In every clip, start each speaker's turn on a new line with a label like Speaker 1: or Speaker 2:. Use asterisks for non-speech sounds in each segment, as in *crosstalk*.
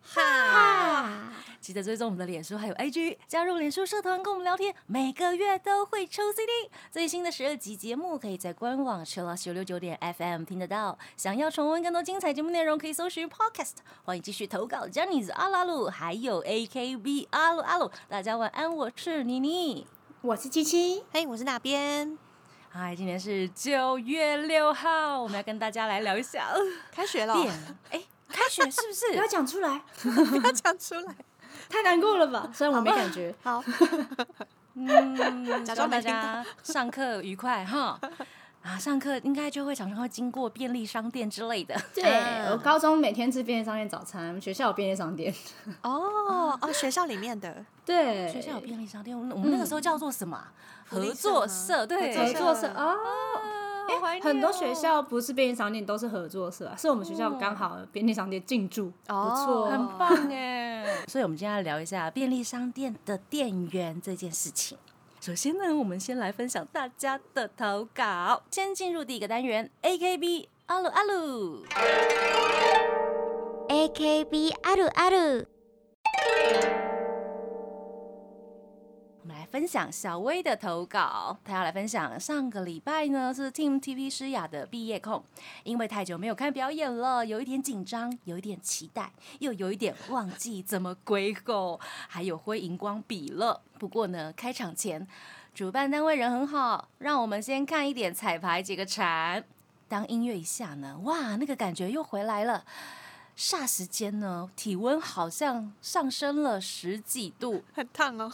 Speaker 1: 哈。记得追踪我们的脸书还有 IG，加入脸书社团跟我们聊天，每个月都会抽 CD。最新的十二集节目可以在官网 Chillus 九六九点 FM 听得到。想要重温更多精彩节目内容，可以搜寻 Podcast。欢迎继续投稿 j a n n y 阿拉鲁，还有 AKB 阿鲁阿鲁。大家晚安，我是妮妮。
Speaker 2: 我是七七，
Speaker 3: 嘿我是那边？
Speaker 1: 嗨，今天是九月六号，我们要跟大家来聊一下。
Speaker 3: 开学了，
Speaker 1: 变，哎、开学是不
Speaker 2: 不哦要
Speaker 1: 是？
Speaker 2: 讲出来，
Speaker 3: 不要 *laughs* 讲出来。
Speaker 2: 太难过了吧？虽然我没感觉，
Speaker 3: 好，
Speaker 1: 嗯，
Speaker 3: 假
Speaker 1: 希望大
Speaker 3: 装没听到
Speaker 2: *laughs*
Speaker 1: 家上课愉快哈。啊，上课应该就会常常会经过便利商店之类的。
Speaker 2: 对
Speaker 1: 嗯
Speaker 3: 啊
Speaker 2: 我高中每天吃便利商店早餐，学校有便利商店，
Speaker 3: 哦哦，学校里面的，
Speaker 2: 对，
Speaker 1: *laughs* 学校有便利商店，我们我们那个时
Speaker 2: 嗯
Speaker 1: 候叫做什么啊？合作社，对，
Speaker 2: 合作社
Speaker 3: 合作社
Speaker 2: 啊，
Speaker 1: 啊
Speaker 2: 诶
Speaker 1: 好怀念
Speaker 2: 很多
Speaker 1: 哦 *laughs*
Speaker 2: 学校不是便利商店，都是合作社啊，是我们学校刚好便利商店进驻，
Speaker 3: 哦
Speaker 2: 不错，
Speaker 3: 很
Speaker 1: 哦棒哎！所以，我们今天要聊一下便利商店的店员这件事情。首先呢，我们先来分享大家的投稿，先进入第一个单元 AKB 阿鲁阿鲁。
Speaker 4: AKB あるある
Speaker 1: 我们来分享小薇的投稿，她要来分享上个礼拜呢是 Team TV 诗雅的毕业控，因为太久没有看表演了，有一点紧张，有一点期待，又有一点忘记怎么归购，还有挥荧光笔了。不过呢，开场前主办单位人很好，让我们先看一点彩排解个馋。当音乐一下呢，哇，那个感觉又回来了。霎时间呢，体温好像上升了十几度，
Speaker 3: *laughs* 很烫哦。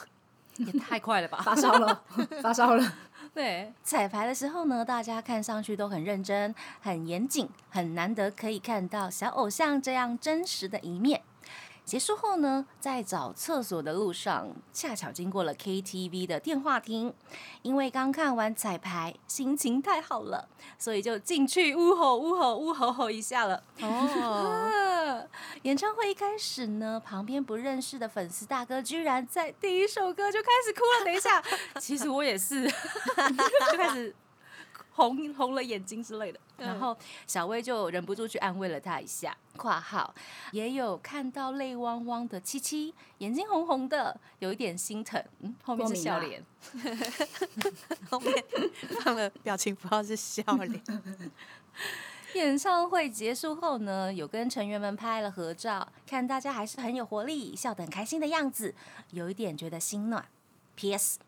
Speaker 1: 也太快了吧！
Speaker 2: *laughs* 发烧
Speaker 1: *laughs*
Speaker 2: 了，发烧了，
Speaker 1: 对，彩排的时候呢，大家看上去都很认真、很严谨，很难得可以看到小偶像这样真实的一面。结束后呢，在找厕所的路上，恰巧经过了 KTV 的电话亭，因为刚看完彩排，心情太好了，所以就进去呜吼呜吼呜吼吼一下了。
Speaker 3: 哦，
Speaker 1: 啊演唱会一开始呢，旁边不认识的粉丝大哥居然在第一首歌就开始哭了。等一下，其实我也是，就开始红红了眼睛之类的。然后小薇就忍不住去安慰了他一下。（括号也有看到泪汪汪的七七，眼睛红红的，有一点心疼。嗯，后面是笑
Speaker 2: 莫名
Speaker 1: 脸。
Speaker 3: *laughs* 后面放了表情符号是笑 *laughs* 脸，
Speaker 1: 演唱会结束后呢，有跟成员们拍了合照，看大家还是很有活力，笑得很开心的样子，有一点觉得心暖。P.S.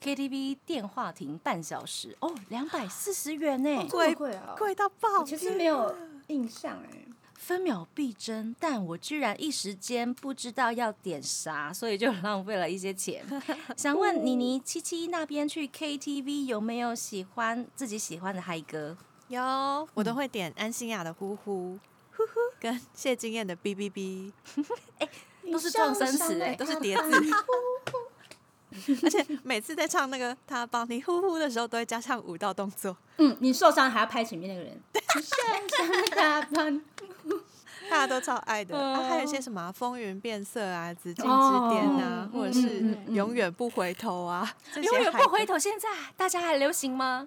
Speaker 1: KTV 电话亭半小时哦，两百四十元呢，
Speaker 2: 贵贵啊，
Speaker 3: 贵到爆！
Speaker 2: 我其实没有印象哎，
Speaker 1: 分秒必争，但我居然一时间不知道要点啥，所以就浪费了一些
Speaker 3: *laughs*
Speaker 1: 钱。想问妮妮、七七那边去 KTV 有没有喜欢自己喜欢的嗨歌？
Speaker 3: *laughs* 有，我都会点安心雅的《呼嗯 *laughs* 呼》，跟谢金燕的《哔哔哔
Speaker 1: 都是撞声词哎
Speaker 2: 哎，
Speaker 3: 欸都是叠字》， *laughs* 而且每次在唱那个他帮你呼呼的时候，都会加上舞蹈动作。
Speaker 2: 嗯，你受伤还要拍前面那
Speaker 1: *laughs*
Speaker 2: 个人，你受伤打扮
Speaker 3: 大家都超爱的。啊、还有一
Speaker 1: 嗯
Speaker 3: 些什么啊、风云变色啊、紫禁之巅啊，
Speaker 2: 哦
Speaker 3: 或者是
Speaker 2: 嗯嗯嗯
Speaker 3: 永远不回头啊，这些
Speaker 1: 永远
Speaker 3: 嗨
Speaker 1: 不
Speaker 3: 歌
Speaker 1: 回，头，现在大家还流行吗？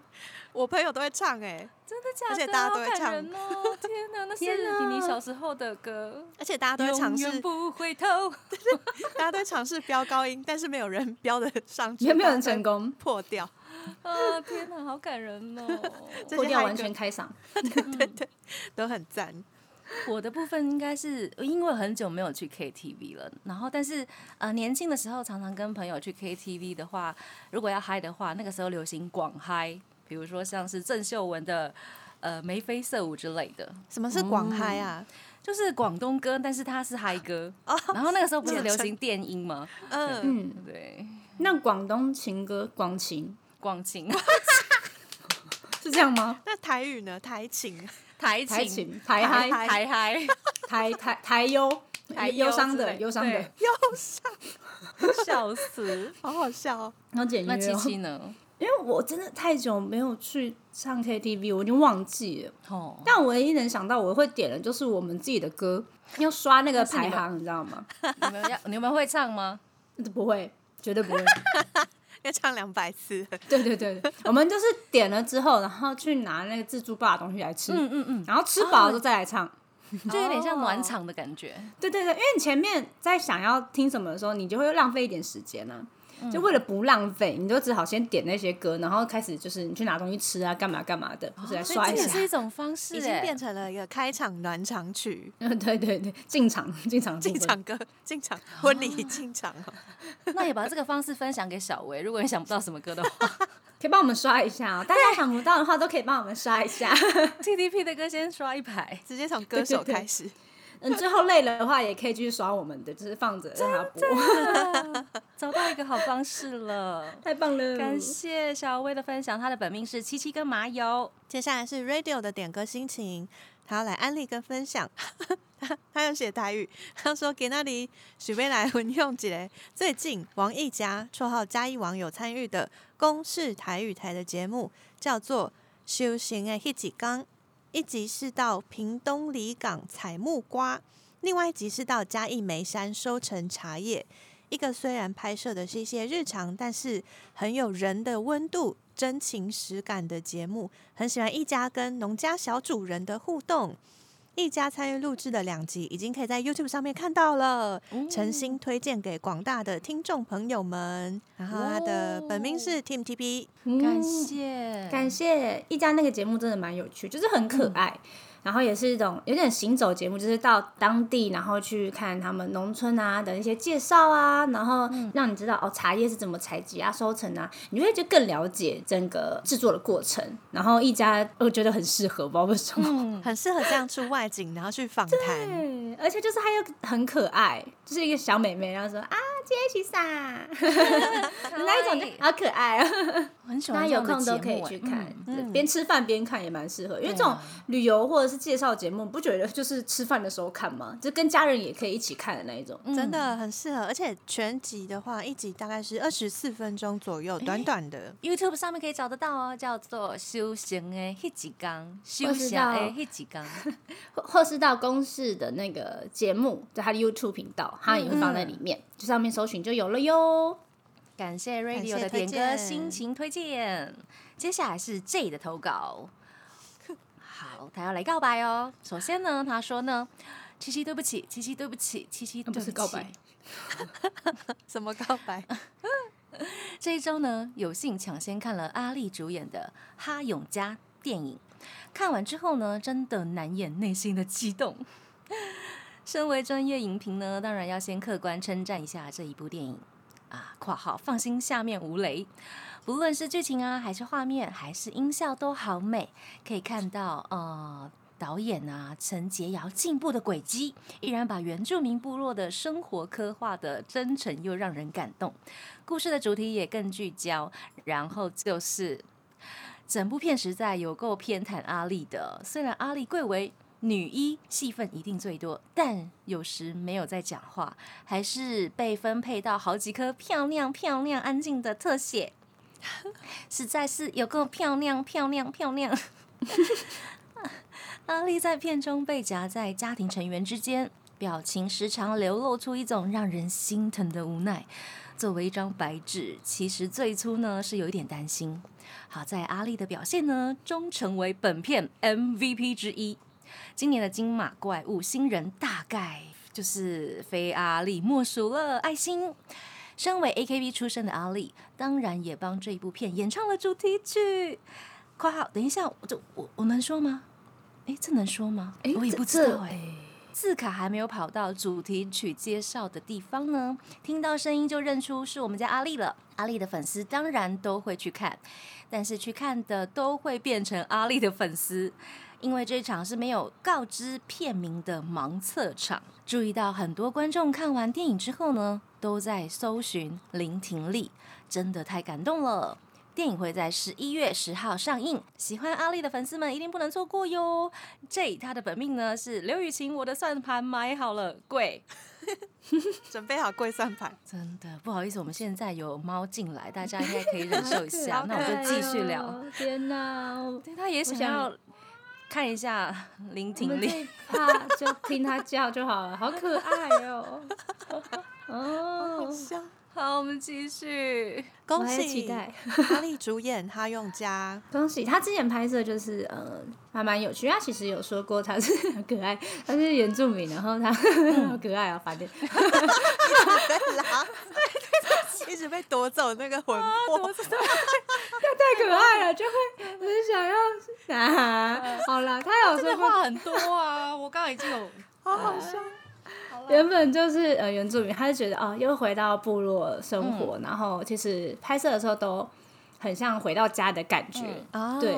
Speaker 3: 我朋友都会唱哎、
Speaker 1: 真的假的？
Speaker 3: 而且大家都会
Speaker 1: 好
Speaker 3: 唱
Speaker 1: 感人哦！天哪，那是
Speaker 2: 天哪
Speaker 1: 你你小时候的歌。
Speaker 3: 而且 *laughs* 大家都会尝
Speaker 1: 永远
Speaker 3: 试，
Speaker 1: 不回头。
Speaker 3: 大家都会尝试飙高音，但是没有人飙得上去，
Speaker 2: 有没有人成功？
Speaker 3: 破掉？
Speaker 1: 啊，天哪，好感人哦！
Speaker 3: 这
Speaker 2: 破
Speaker 3: 些
Speaker 2: 掉
Speaker 3: 嗨
Speaker 2: 完
Speaker 3: 歌
Speaker 2: 全开嗓，
Speaker 3: 都很赞。
Speaker 1: *laughs* 我的部分应该是因为很久没有去 KTV 了，然后但是呃年轻的时候常常跟朋友去 KTV 的话，如果要嗨的话，那个时候流行广嗨，比如说像是郑秀文的呃眉飞色舞之类的，
Speaker 3: 什么是广嗨啊？
Speaker 1: 就是广东歌，但是它是嗨歌。
Speaker 3: 哦
Speaker 1: 然后那个时候不是流行电音吗？
Speaker 3: 嗯，
Speaker 2: 嗯，
Speaker 1: 对，
Speaker 2: 那广东情歌广情
Speaker 1: 广
Speaker 3: *laughs*
Speaker 1: 情、
Speaker 2: 是这样吗？
Speaker 3: 那台语呢？台情
Speaker 1: 台
Speaker 2: 台
Speaker 1: 情、
Speaker 2: 情台嗨。
Speaker 3: 台
Speaker 1: 台
Speaker 2: *laughs*
Speaker 1: 嗨。
Speaker 2: 台台台忧，
Speaker 1: 台
Speaker 2: 忧伤的
Speaker 1: 忧
Speaker 2: *laughs* 忧伤的，
Speaker 3: 又上，
Speaker 1: *laughs* 笑死。
Speaker 2: *laughs*
Speaker 3: 好好笑哦。
Speaker 2: 然后简
Speaker 1: 那
Speaker 2: 约
Speaker 1: 七
Speaker 2: 哦。
Speaker 1: 七呢？
Speaker 2: 因为我真的太久没有去唱 KTV，我已经忘记了。
Speaker 1: 哦，
Speaker 2: 但我唯一能想到我会点的就是我们自己的歌，要刷那个排行，你知道吗？ *laughs*
Speaker 1: 你们要 *laughs* 你们会唱 *laughs* 吗？
Speaker 2: 不会，绝对不会。 *laughs*
Speaker 3: 要唱两百次，
Speaker 2: 对对对，我们就是点了之后，然后去拿那个自助吧的东西来吃，
Speaker 1: 嗯嗯
Speaker 2: 然后吃饱了之后再来唱。
Speaker 1: 嗯，就有点像暖场的感觉。
Speaker 2: 对对对，因为你前面在想要听什么的时候，你就会浪费一点时间呢、
Speaker 1: 嗯
Speaker 2: 就为了不浪费，你就只好先点那些歌，然后开始就是你去拿东西吃啊，干嘛干嘛的，就是来
Speaker 1: 哦所
Speaker 2: 刷
Speaker 1: 以
Speaker 2: 一
Speaker 1: 这也
Speaker 2: 下。
Speaker 1: 是一欸种方式、
Speaker 3: 已经变成了一个开场暖场曲、
Speaker 2: 嗯， *laughs* 对对对，进场进场
Speaker 3: 进场歌、进场婚礼进场
Speaker 2: *laughs*
Speaker 3: 哦。
Speaker 1: 哎那也把这个方式分享给小薇，如果你想不到什么歌的 *laughs* 话
Speaker 2: 可以帮我们刷一下哦。大家想不到的话，都可以帮我们刷一下。 *laughs*
Speaker 1: ，TDP 的歌先刷一排。
Speaker 3: 直接从歌手开始。
Speaker 2: 嗯，最后累了的话，也可以继续刷我们的，就是放着让它播。
Speaker 1: 找到一个好方式了。
Speaker 2: *laughs* 太棒了，
Speaker 1: 感谢小薇的分享，她的本命是七七跟麻油。
Speaker 2: 嗯
Speaker 3: 接下来是 Radio 的点歌心情，他要来安利跟分享。 *laughs* 他他有写台语，他说给那里许未来文用节最近王一佳绰号嘉义网友参与的公视台语台的节目叫做《修行的一集刚》，一集是到屏东里港采木瓜，另外一集是到嘉义梅山收成茶叶。一个虽然拍摄的是一些日常，但是很有人的温度、真情实感的节目，很喜欢一家跟农家小主人的互动。一家参与录制的两集已经可以在 YouTube 上面看到了，诚心推荐给广大的听众朋友们。然后他的本名是 Team TP，
Speaker 2: 嗯
Speaker 1: 感谢，
Speaker 2: 感谢一家那个节目真的蛮有趣，就是很可爱，
Speaker 1: 嗯
Speaker 2: 然后也是一种有点行走节目，就是到当地然后去看他们农村啊的一些介绍啊，然后
Speaker 1: 嗯
Speaker 2: 让你知道哦茶叶是怎么采集啊、收成啊，你会就更了解整个制作的过程。然后一家我觉得很适合，不知道为什么。
Speaker 3: 很适合这样出外景，然后去访谈。
Speaker 2: 嗯对，而且就是她又很可爱，就是一个小美眉，然后说啊，今天一起撒，那一种就好可爱啊。
Speaker 1: 很喜
Speaker 2: *laughs* 大家
Speaker 1: 欢这
Speaker 2: 有
Speaker 1: 样的
Speaker 2: 空都
Speaker 1: 节
Speaker 2: 可以
Speaker 1: 目
Speaker 2: 去
Speaker 1: 哎
Speaker 2: 看
Speaker 1: 嗯，
Speaker 2: 对边、吃饭边看也蛮适合，因为这种旅游或者是介绍节目，不觉得就是吃饭的时候看吗？就跟家人也可以一起看的那一种。
Speaker 3: 真的很适合，而且全集的话，一集大概是二十四分钟左右，短短的。
Speaker 1: YouTube 上面可以找得到哦，叫做“修行的一几缸”，修
Speaker 2: 我知
Speaker 1: 行
Speaker 2: 道
Speaker 1: 的一几缸。
Speaker 2: 或或是到公视的那个节目，就他的 YouTube 频道，他也会放在里面，就上面搜寻就有了哟。
Speaker 1: *laughs* 感谢 Radio
Speaker 3: 谢
Speaker 1: 的
Speaker 3: 推
Speaker 1: 点歌
Speaker 3: 荐
Speaker 1: 心情推荐。接下来是 J 的投 *laughs* 稿，好，他要来告白哦。首先呢，他说呢，七七对不起，七七对不起，七七对
Speaker 2: 不
Speaker 1: 不起。
Speaker 2: 是告白，
Speaker 3: 怎么告白？
Speaker 2: 嗯
Speaker 1: 这一周呢，有幸抢先看了阿丽主演的《哈永家》电影，看完之后呢，真的难掩内心的激动。 *laughs* 身为专业影评呢，当然要先客观称赞一下这一部电影啊。括号放心，下面无雷。不论是剧情啊，还是画面，还是音效，都好美。可以看到，呃，导演啊陈洁瑶进步的轨迹，依然把原住民部落的生活刻画的真诚又让人感动。故事的主题也更聚焦，然后就是整部片实在有够偏袒阿丽的。虽然阿丽贵为女一，戏份一定最多，但有时没有在讲话，还是被分配到好几颗漂亮漂亮安静的特写，实在是有够漂亮漂亮漂亮。阿丽在片中被夹在家庭成员之间，表情时常流露出一种让人心疼的无奈。作为一张白纸，其实最初呢是有一点担心。好在阿丽的表现呢，终成为本片 MVP 之一。今年的金马怪物新人大概就是非阿丽莫属了，爱心。身为 AKB 出身的阿丽，当然也帮这一部片演唱了主题曲。括号，等一下，我就我我能说吗？诶，这能说吗？
Speaker 2: 诶
Speaker 1: 我也
Speaker 2: 这
Speaker 1: 不知
Speaker 2: 这
Speaker 1: 道哎、字卡还没有跑到主题曲介绍的地方呢，听到声音就认出是我们家阿丽了。阿丽的粉丝当然都会去看，但是去看的都会变成阿丽的粉丝，因为这场是没有告知片名的盲测场。注意到很多观众看完电影之后呢，都在搜寻林婷丽，真的太感动了。电影会在十一月十号上映，喜欢阿丽的粉丝们一定不能错过哟。J 他的本命呢是刘雨晴，我的算盘买好了，贵。
Speaker 3: 准备好跪算盘。
Speaker 1: 真的不好意思，我们现在有猫进来，大家应该可以忍受一
Speaker 2: *laughs*
Speaker 1: 下。那我们就继续聊。。
Speaker 2: 哦天哪，我
Speaker 1: 对，他也想
Speaker 2: 想
Speaker 1: 要看一下林
Speaker 2: 我们
Speaker 1: 婷
Speaker 2: 这
Speaker 1: 丽。
Speaker 2: 一趴就听它叫就好了，好可爱 *laughs* 哦。哦，
Speaker 3: 香，
Speaker 1: 好，我们继续。
Speaker 2: 我
Speaker 3: 恭
Speaker 2: 还
Speaker 3: 喜！
Speaker 2: 期待。
Speaker 3: 哈利主演哈用
Speaker 2: *laughs*
Speaker 3: 家，
Speaker 2: 恭喜他之前拍摄就是呃还蛮有趣，他其实有说过他是很可爱，他是原住民，然后他 *laughs* 好可爱啊，反正
Speaker 3: 被
Speaker 2: *laughs*
Speaker 3: 拉，一直被夺走那个魂
Speaker 2: 啊
Speaker 3: 魄。
Speaker 2: 太可爱了，就会很想要 *laughs* 啊。好啦，他有
Speaker 1: 真的
Speaker 2: 说过
Speaker 1: 话很多啊， *laughs* 我刚刚已经有
Speaker 3: 好好笑，
Speaker 2: 原本就是呃原住民，他就觉得哦，又回到部落生活，然后其实拍摄的时候都很像回到家的感觉，
Speaker 3: 哦
Speaker 2: 对，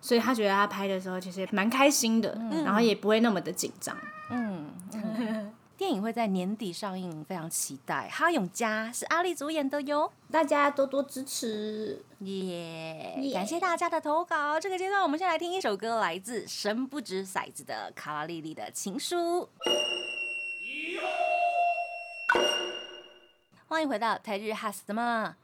Speaker 2: 所以他觉得他拍的时候其实蛮开心的，然后也不会那么的紧张。
Speaker 1: 嗯， *laughs* 嗯电影会在年底上映，非常期待。哈永嘉是阿丽主演的哟，
Speaker 2: 大家多多支持，
Speaker 1: 耶、
Speaker 2: 耶
Speaker 1: 感谢大家的投稿。这个阶段，我们先来听一首歌，来自神不知骰子的卡拉丽丽的情书。欢迎回到台日哈什么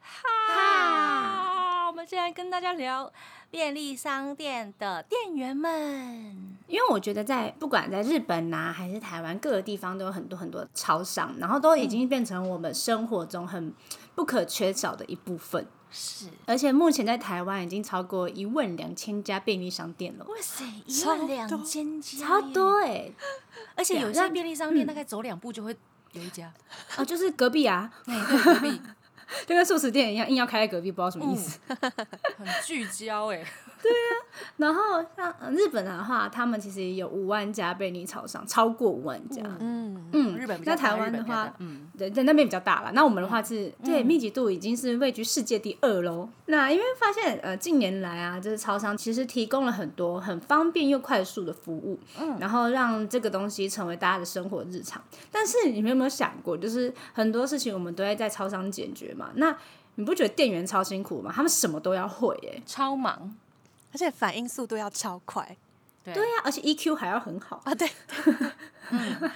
Speaker 1: 哈？啊我们现在跟大家聊便利商店的店员们。
Speaker 2: 因为我觉得在不管在日本呐、还是台湾各个地方，都有很多很多超商，然后都已经变成我们生活中很不可缺少的一部分。
Speaker 1: 是，
Speaker 2: 而且目前在台湾已经超过一万两千家便利商店了，
Speaker 1: 哇塞，一万两千家，
Speaker 2: 超多哎、
Speaker 1: 而且有
Speaker 2: 对啊
Speaker 1: 些便利商店大概走两步就会有一
Speaker 2: *laughs*
Speaker 1: 家，
Speaker 2: 哦，就是隔壁啊，
Speaker 1: 那对，隔
Speaker 2: *laughs*
Speaker 1: 壁
Speaker 2: 就跟素食店一样，硬要开在隔壁，不知道什么意思。
Speaker 1: 很聚焦
Speaker 2: 欸
Speaker 1: 哎、
Speaker 2: 然后像呃日本的话，他们其实有五万家便利超商，超过五万家。
Speaker 3: 嗯，
Speaker 2: 嗯
Speaker 1: 日本比较
Speaker 2: 那
Speaker 1: 大
Speaker 2: 台湾
Speaker 1: 日本
Speaker 2: 的
Speaker 1: 比较大
Speaker 2: 话，
Speaker 1: 嗯，
Speaker 2: 对，在那边比较大了。那我们的话是，对密集度已经是位居世界第二喽。那因为发现呃，近年来啊，就是超商其实提供了很多很方便又快速的服务，
Speaker 1: 嗯
Speaker 2: 然后让这个东西成为大家的生活日常。但是你们有没有想过，就是很多事情我们都会在超商解决嘛？那你不觉得店员超辛苦吗？他们什么都要会耶、
Speaker 1: 超忙，
Speaker 3: 而且反应速度要超快
Speaker 1: 对
Speaker 2: 对呀、而且 EQ 还要很好。
Speaker 3: 啊！
Speaker 2: *laughs*
Speaker 3: 对，嗯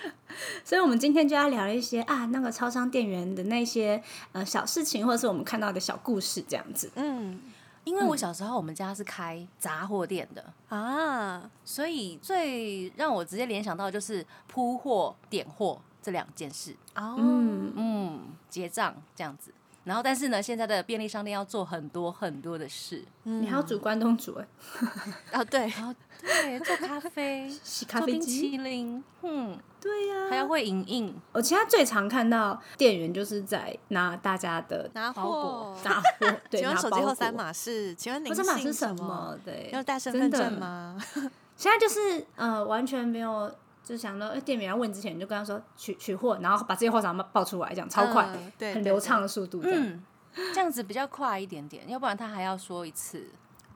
Speaker 2: 所以，我们今天就要聊一些啊，那个超商店员的那些呃小事情，或者是我们看到的小故事这样子。
Speaker 3: 嗯
Speaker 1: 因为我小时候我们家是开杂货店的，
Speaker 3: 啊，
Speaker 1: 所以最让我直接联想到就是铺货、点货这两件事，
Speaker 3: 哦，
Speaker 2: 嗯，
Speaker 1: 嗯，结账这样子。然后，但是呢，现在的便利商店要做很多很多的事，
Speaker 3: 你
Speaker 2: 嗯你还要煮关东煮哎、
Speaker 3: 啊？对，
Speaker 1: 然
Speaker 2: 哦
Speaker 1: 后对，做咖啡、
Speaker 2: 洗
Speaker 1: *laughs*
Speaker 2: 咖
Speaker 1: 做
Speaker 2: 啡
Speaker 1: 冰
Speaker 2: 机。
Speaker 1: 淇淋，嗯，
Speaker 2: 对呀、
Speaker 1: 还要会影印，
Speaker 2: 我其他最常看到店员就是在拿大家的
Speaker 3: *laughs* 拿
Speaker 1: 包裹
Speaker 3: 货。
Speaker 2: 拿货，
Speaker 3: 请
Speaker 2: 对，
Speaker 3: 问
Speaker 2: 拿
Speaker 3: 手
Speaker 2: 包
Speaker 3: 机
Speaker 2: 裹
Speaker 3: 后三，码是？请问您
Speaker 2: 后三码
Speaker 3: 姓
Speaker 2: 是
Speaker 3: 什
Speaker 2: 什
Speaker 3: 么？
Speaker 2: 么？对，
Speaker 3: 要带身份
Speaker 2: 真的
Speaker 3: 证？吗？ *laughs*
Speaker 2: 现在就是呃，完全没有。就想到，哎，店员要问之前，你就跟他说取取货，然后把这些货场报出来，这样超快，
Speaker 3: 嗯对
Speaker 2: 很
Speaker 3: 对
Speaker 2: 流畅的速度。这样，
Speaker 1: 嗯，这样子比较快一点点，要不然他还要说一次。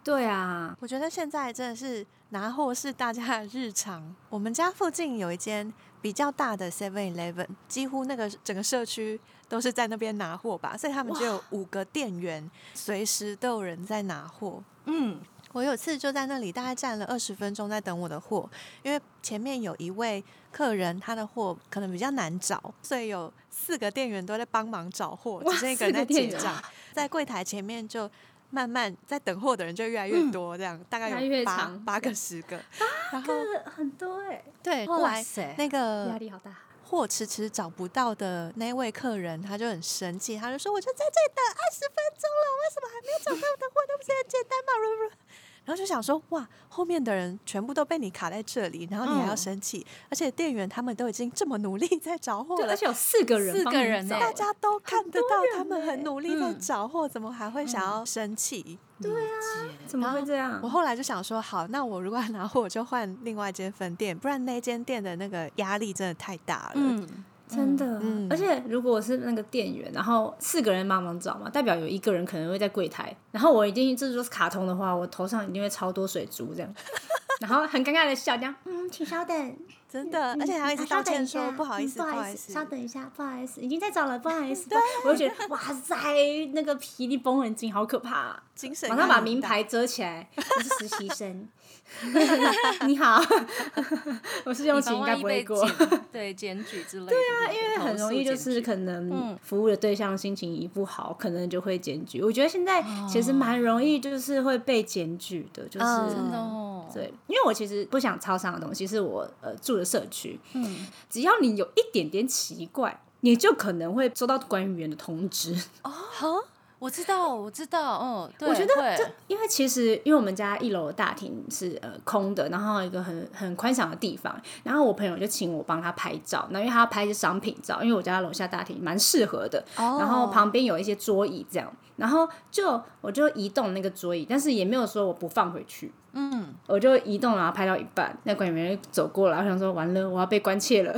Speaker 2: 对啊，
Speaker 3: 我觉得现在真的是拿货是大家的日常。我们家附近有一间比较大的 Seven Eleven，几乎那个整个社区都是在那边拿货吧，所以他们就有五个店员，随时都有人在拿货。
Speaker 1: 嗯，
Speaker 3: 我有次就在那里大概站了二十分钟在等我的货，因为前面有一位客人他的货可能比较难找，所以有四个店员都在帮忙找货，
Speaker 2: 哇
Speaker 3: 只剩一个人在
Speaker 2: 四个店
Speaker 3: 结
Speaker 2: 员 *laughs*
Speaker 3: 账，在柜台前面就。慢慢在等货的人就越来越多，这样、大概
Speaker 2: 嗯越来越
Speaker 3: 有八
Speaker 2: 长
Speaker 3: 八个十个，然后
Speaker 2: 很多哎、
Speaker 3: 对后
Speaker 1: 哇
Speaker 3: 来
Speaker 1: 塞，
Speaker 3: 那个
Speaker 2: 压力好大。
Speaker 3: 货迟迟找不到的那位客人，他就很生气，他就说：“我就在这里等二十分钟了，为什么还没有找到我的货？那不是很简单吗？” *laughs* 然后就想说：“哇，后面的人全部都被你卡在这里，然后你还要
Speaker 1: 嗯
Speaker 3: 生气，而且店员他们都已经这么努力在找货
Speaker 2: 对，
Speaker 3: 了
Speaker 2: 而。”且有四个人
Speaker 1: 四
Speaker 2: 帮
Speaker 1: 个
Speaker 2: 你
Speaker 1: 人
Speaker 2: 找
Speaker 1: 欸
Speaker 3: 大
Speaker 2: 哎
Speaker 3: 家都看得到，他们
Speaker 2: 欸
Speaker 3: 很努力在
Speaker 1: 嗯
Speaker 3: 找货，怎么还会想
Speaker 2: 嗯
Speaker 3: 要生气？
Speaker 1: 对啊，
Speaker 2: 怎么会这样
Speaker 3: 我？后来就想说，好，那我如果要拿货，我就换另外一间分店，不然那间店的那个压力真的太大了。
Speaker 1: 嗯，
Speaker 2: 真的，
Speaker 3: 嗯
Speaker 2: 而且如果我是那个店员，然后四个人帮忙找嘛，代表有一个人可能会在柜台，然后我一定这就是卡通的话，我头上一定会超多水珠这样。然后很尴尬的笑，这样，嗯，请稍等，
Speaker 3: 真的，而且还要一直
Speaker 2: 啊
Speaker 3: 道
Speaker 2: 稍等
Speaker 3: 歉
Speaker 2: 一下
Speaker 3: 说不好意
Speaker 2: 嗯
Speaker 3: 思，
Speaker 2: 不
Speaker 3: 不
Speaker 2: 好
Speaker 3: 好
Speaker 2: 意
Speaker 3: 意
Speaker 2: 思，
Speaker 3: 思，
Speaker 2: 稍等一下，不好意思，已经在找了，不 *laughs* 好意思。对，我就觉得哇塞，那个疲力崩人精，好可怕、啊。
Speaker 3: 精神
Speaker 2: 马
Speaker 3: 压
Speaker 2: 上
Speaker 3: 力
Speaker 2: 把
Speaker 3: 很
Speaker 2: 名
Speaker 3: 大
Speaker 2: 牌遮起来，我是实习生。 *laughs* 你好， *laughs* 我是用
Speaker 1: 你
Speaker 2: 情
Speaker 1: 防
Speaker 2: 应该
Speaker 1: 万一
Speaker 2: 不会
Speaker 1: 被 *laughs*
Speaker 2: 过。
Speaker 1: 检对检举之类的，对啊，因
Speaker 2: 因为很容易就是可能
Speaker 1: 嗯
Speaker 2: 服务的对象心情一不好，可能就会检举。我觉得现在其实蛮容易就是会被检举的，就是、
Speaker 1: 嗯真的哦，
Speaker 2: 对，因为我其实不想超商的东西是我呃住的社区，
Speaker 1: 嗯，
Speaker 2: 只要你有一点点奇怪，你就可能会收到管理员的通知。
Speaker 1: 好，我知道，我知道，嗯，对
Speaker 2: 我觉得
Speaker 1: 会
Speaker 2: 这，因为其实因为我们家一楼的大厅是呃空的，然后一个很很宽敞的地方，然后我朋友就请我帮他拍照，那因为他要拍一些商品照，因为我家楼下大厅蛮适合的，
Speaker 1: 哦
Speaker 2: 然后旁边有一些桌椅这样，然后就我就移动那个桌椅，但是也没有说我不放回去，
Speaker 1: 嗯，
Speaker 2: 我就移动然后拍到一半，那管理员就走过来，我想说完了，我要被关切了。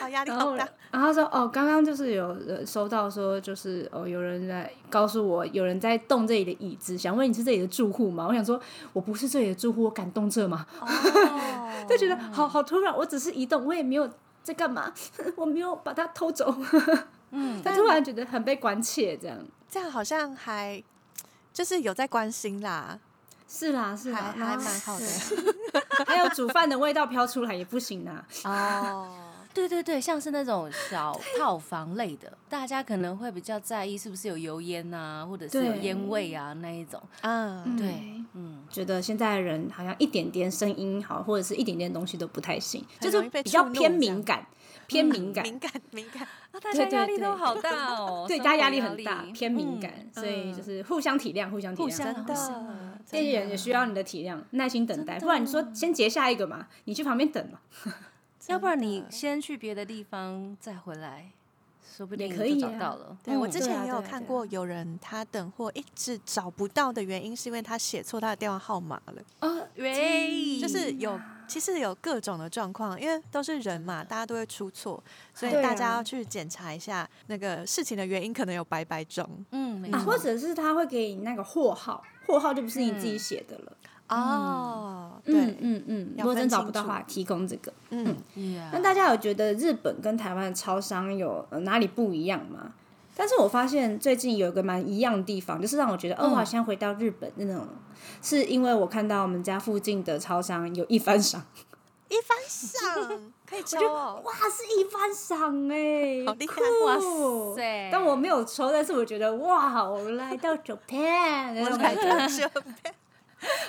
Speaker 3: 好压力
Speaker 2: 然后
Speaker 3: 好
Speaker 2: 呢
Speaker 3: 大，
Speaker 2: 然后他说哦，刚刚就是有人收到说，就是哦，有人在告诉我，有人在动这里的椅子，想问你是这里的住户吗？我想说，我不是这里的住户，我敢动这吗？
Speaker 3: 哦
Speaker 2: 就觉得好好突然，我只是移动，我也没有在干嘛，我没有把它偷走。嗯， *laughs* 但突然觉得很被关切，这样
Speaker 3: 这样好像还就是有在关心啦，啊
Speaker 2: 是啦是
Speaker 3: 还
Speaker 2: 啦，
Speaker 3: 还蛮好的
Speaker 2: 还有煮饭的味道飘出来也不
Speaker 3: *laughs*
Speaker 2: 行啊。
Speaker 3: 哦。
Speaker 1: 对对对，像是那种小套房类的，大家可能会比较在意是不是有油烟啊，或者是有
Speaker 2: 对
Speaker 1: 烟味啊那一种。
Speaker 3: 嗯，
Speaker 1: 对，嗯，
Speaker 2: 觉得现在人好像一点点声音好，或者是一点点东西都不太行，
Speaker 3: 很
Speaker 2: 就是
Speaker 3: 容易被
Speaker 2: 比较
Speaker 3: 触怒
Speaker 2: 偏
Speaker 3: 这样嗯
Speaker 2: 敏感，偏敏感，
Speaker 3: 敏感敏感，
Speaker 1: 啊，大
Speaker 2: 对
Speaker 1: 家
Speaker 2: 对
Speaker 1: 压力
Speaker 2: 对
Speaker 1: 都好大哦，
Speaker 2: *laughs* 对，
Speaker 1: 生
Speaker 2: 大家
Speaker 1: 活
Speaker 2: 压力很大，偏敏
Speaker 1: 嗯
Speaker 2: 感，所以就是互相体谅，互相体
Speaker 1: 互
Speaker 2: 谅。
Speaker 1: 相
Speaker 3: 真的，
Speaker 2: 店员
Speaker 3: 真
Speaker 2: 啊也
Speaker 3: 的
Speaker 2: 需要你的体谅，耐心等待，不然你说先结下一个嘛，你去旁边等嘛，
Speaker 1: 要不然你先去别的地方再回来，说不定
Speaker 2: 也
Speaker 1: 你
Speaker 2: 可
Speaker 1: 就
Speaker 2: 以
Speaker 1: 找
Speaker 2: 啊
Speaker 1: 到了。
Speaker 3: 对我
Speaker 1: 嗯
Speaker 3: 之
Speaker 2: 对
Speaker 3: 前
Speaker 2: 啊
Speaker 3: 也有
Speaker 2: 对啊
Speaker 3: 看
Speaker 2: 对啊
Speaker 3: 过有人他等货一直找不到的原因，是因为他写错他的电话号码了。
Speaker 1: 哦
Speaker 2: 啊
Speaker 1: 喂，
Speaker 3: 就是有，其实有各种的状况，因为都是人嘛，大家都会出错，所以
Speaker 2: 对啊
Speaker 3: 大家要去检查一下那个事情的原因，可能有百百种
Speaker 1: 嗯，没
Speaker 2: 啊，或
Speaker 1: 错，
Speaker 2: 者是他会给你那个货号，货号就不是你自
Speaker 1: 嗯
Speaker 2: 己写的了。
Speaker 3: 嗯哦。
Speaker 2: 嗯
Speaker 3: 对，
Speaker 2: 嗯嗯，如
Speaker 3: 要
Speaker 2: 果真
Speaker 3: 分
Speaker 2: 找
Speaker 3: 清
Speaker 2: 不到的
Speaker 3: 楚
Speaker 2: 话，提供这个。
Speaker 3: 嗯，
Speaker 1: 那
Speaker 2: 那大家有觉得日本跟台湾的超商有、呃、哪里不一样吗？但是我发现最近有一个蛮一样的地方，就是让我
Speaker 1: 嗯
Speaker 2: 觉得，哦，我好像回到日本那种，是因为我看到我们家附近的超商有一番赏，
Speaker 3: 一番赏可以抽哦，
Speaker 2: 哇，是一番赏哎、
Speaker 3: 好厉害
Speaker 2: 酷
Speaker 1: 哇塞
Speaker 2: 但我没有抽，但是我觉得哇，我来到 Japan 那
Speaker 3: 我
Speaker 2: 种
Speaker 3: 来
Speaker 2: 感觉，
Speaker 3: 到这边，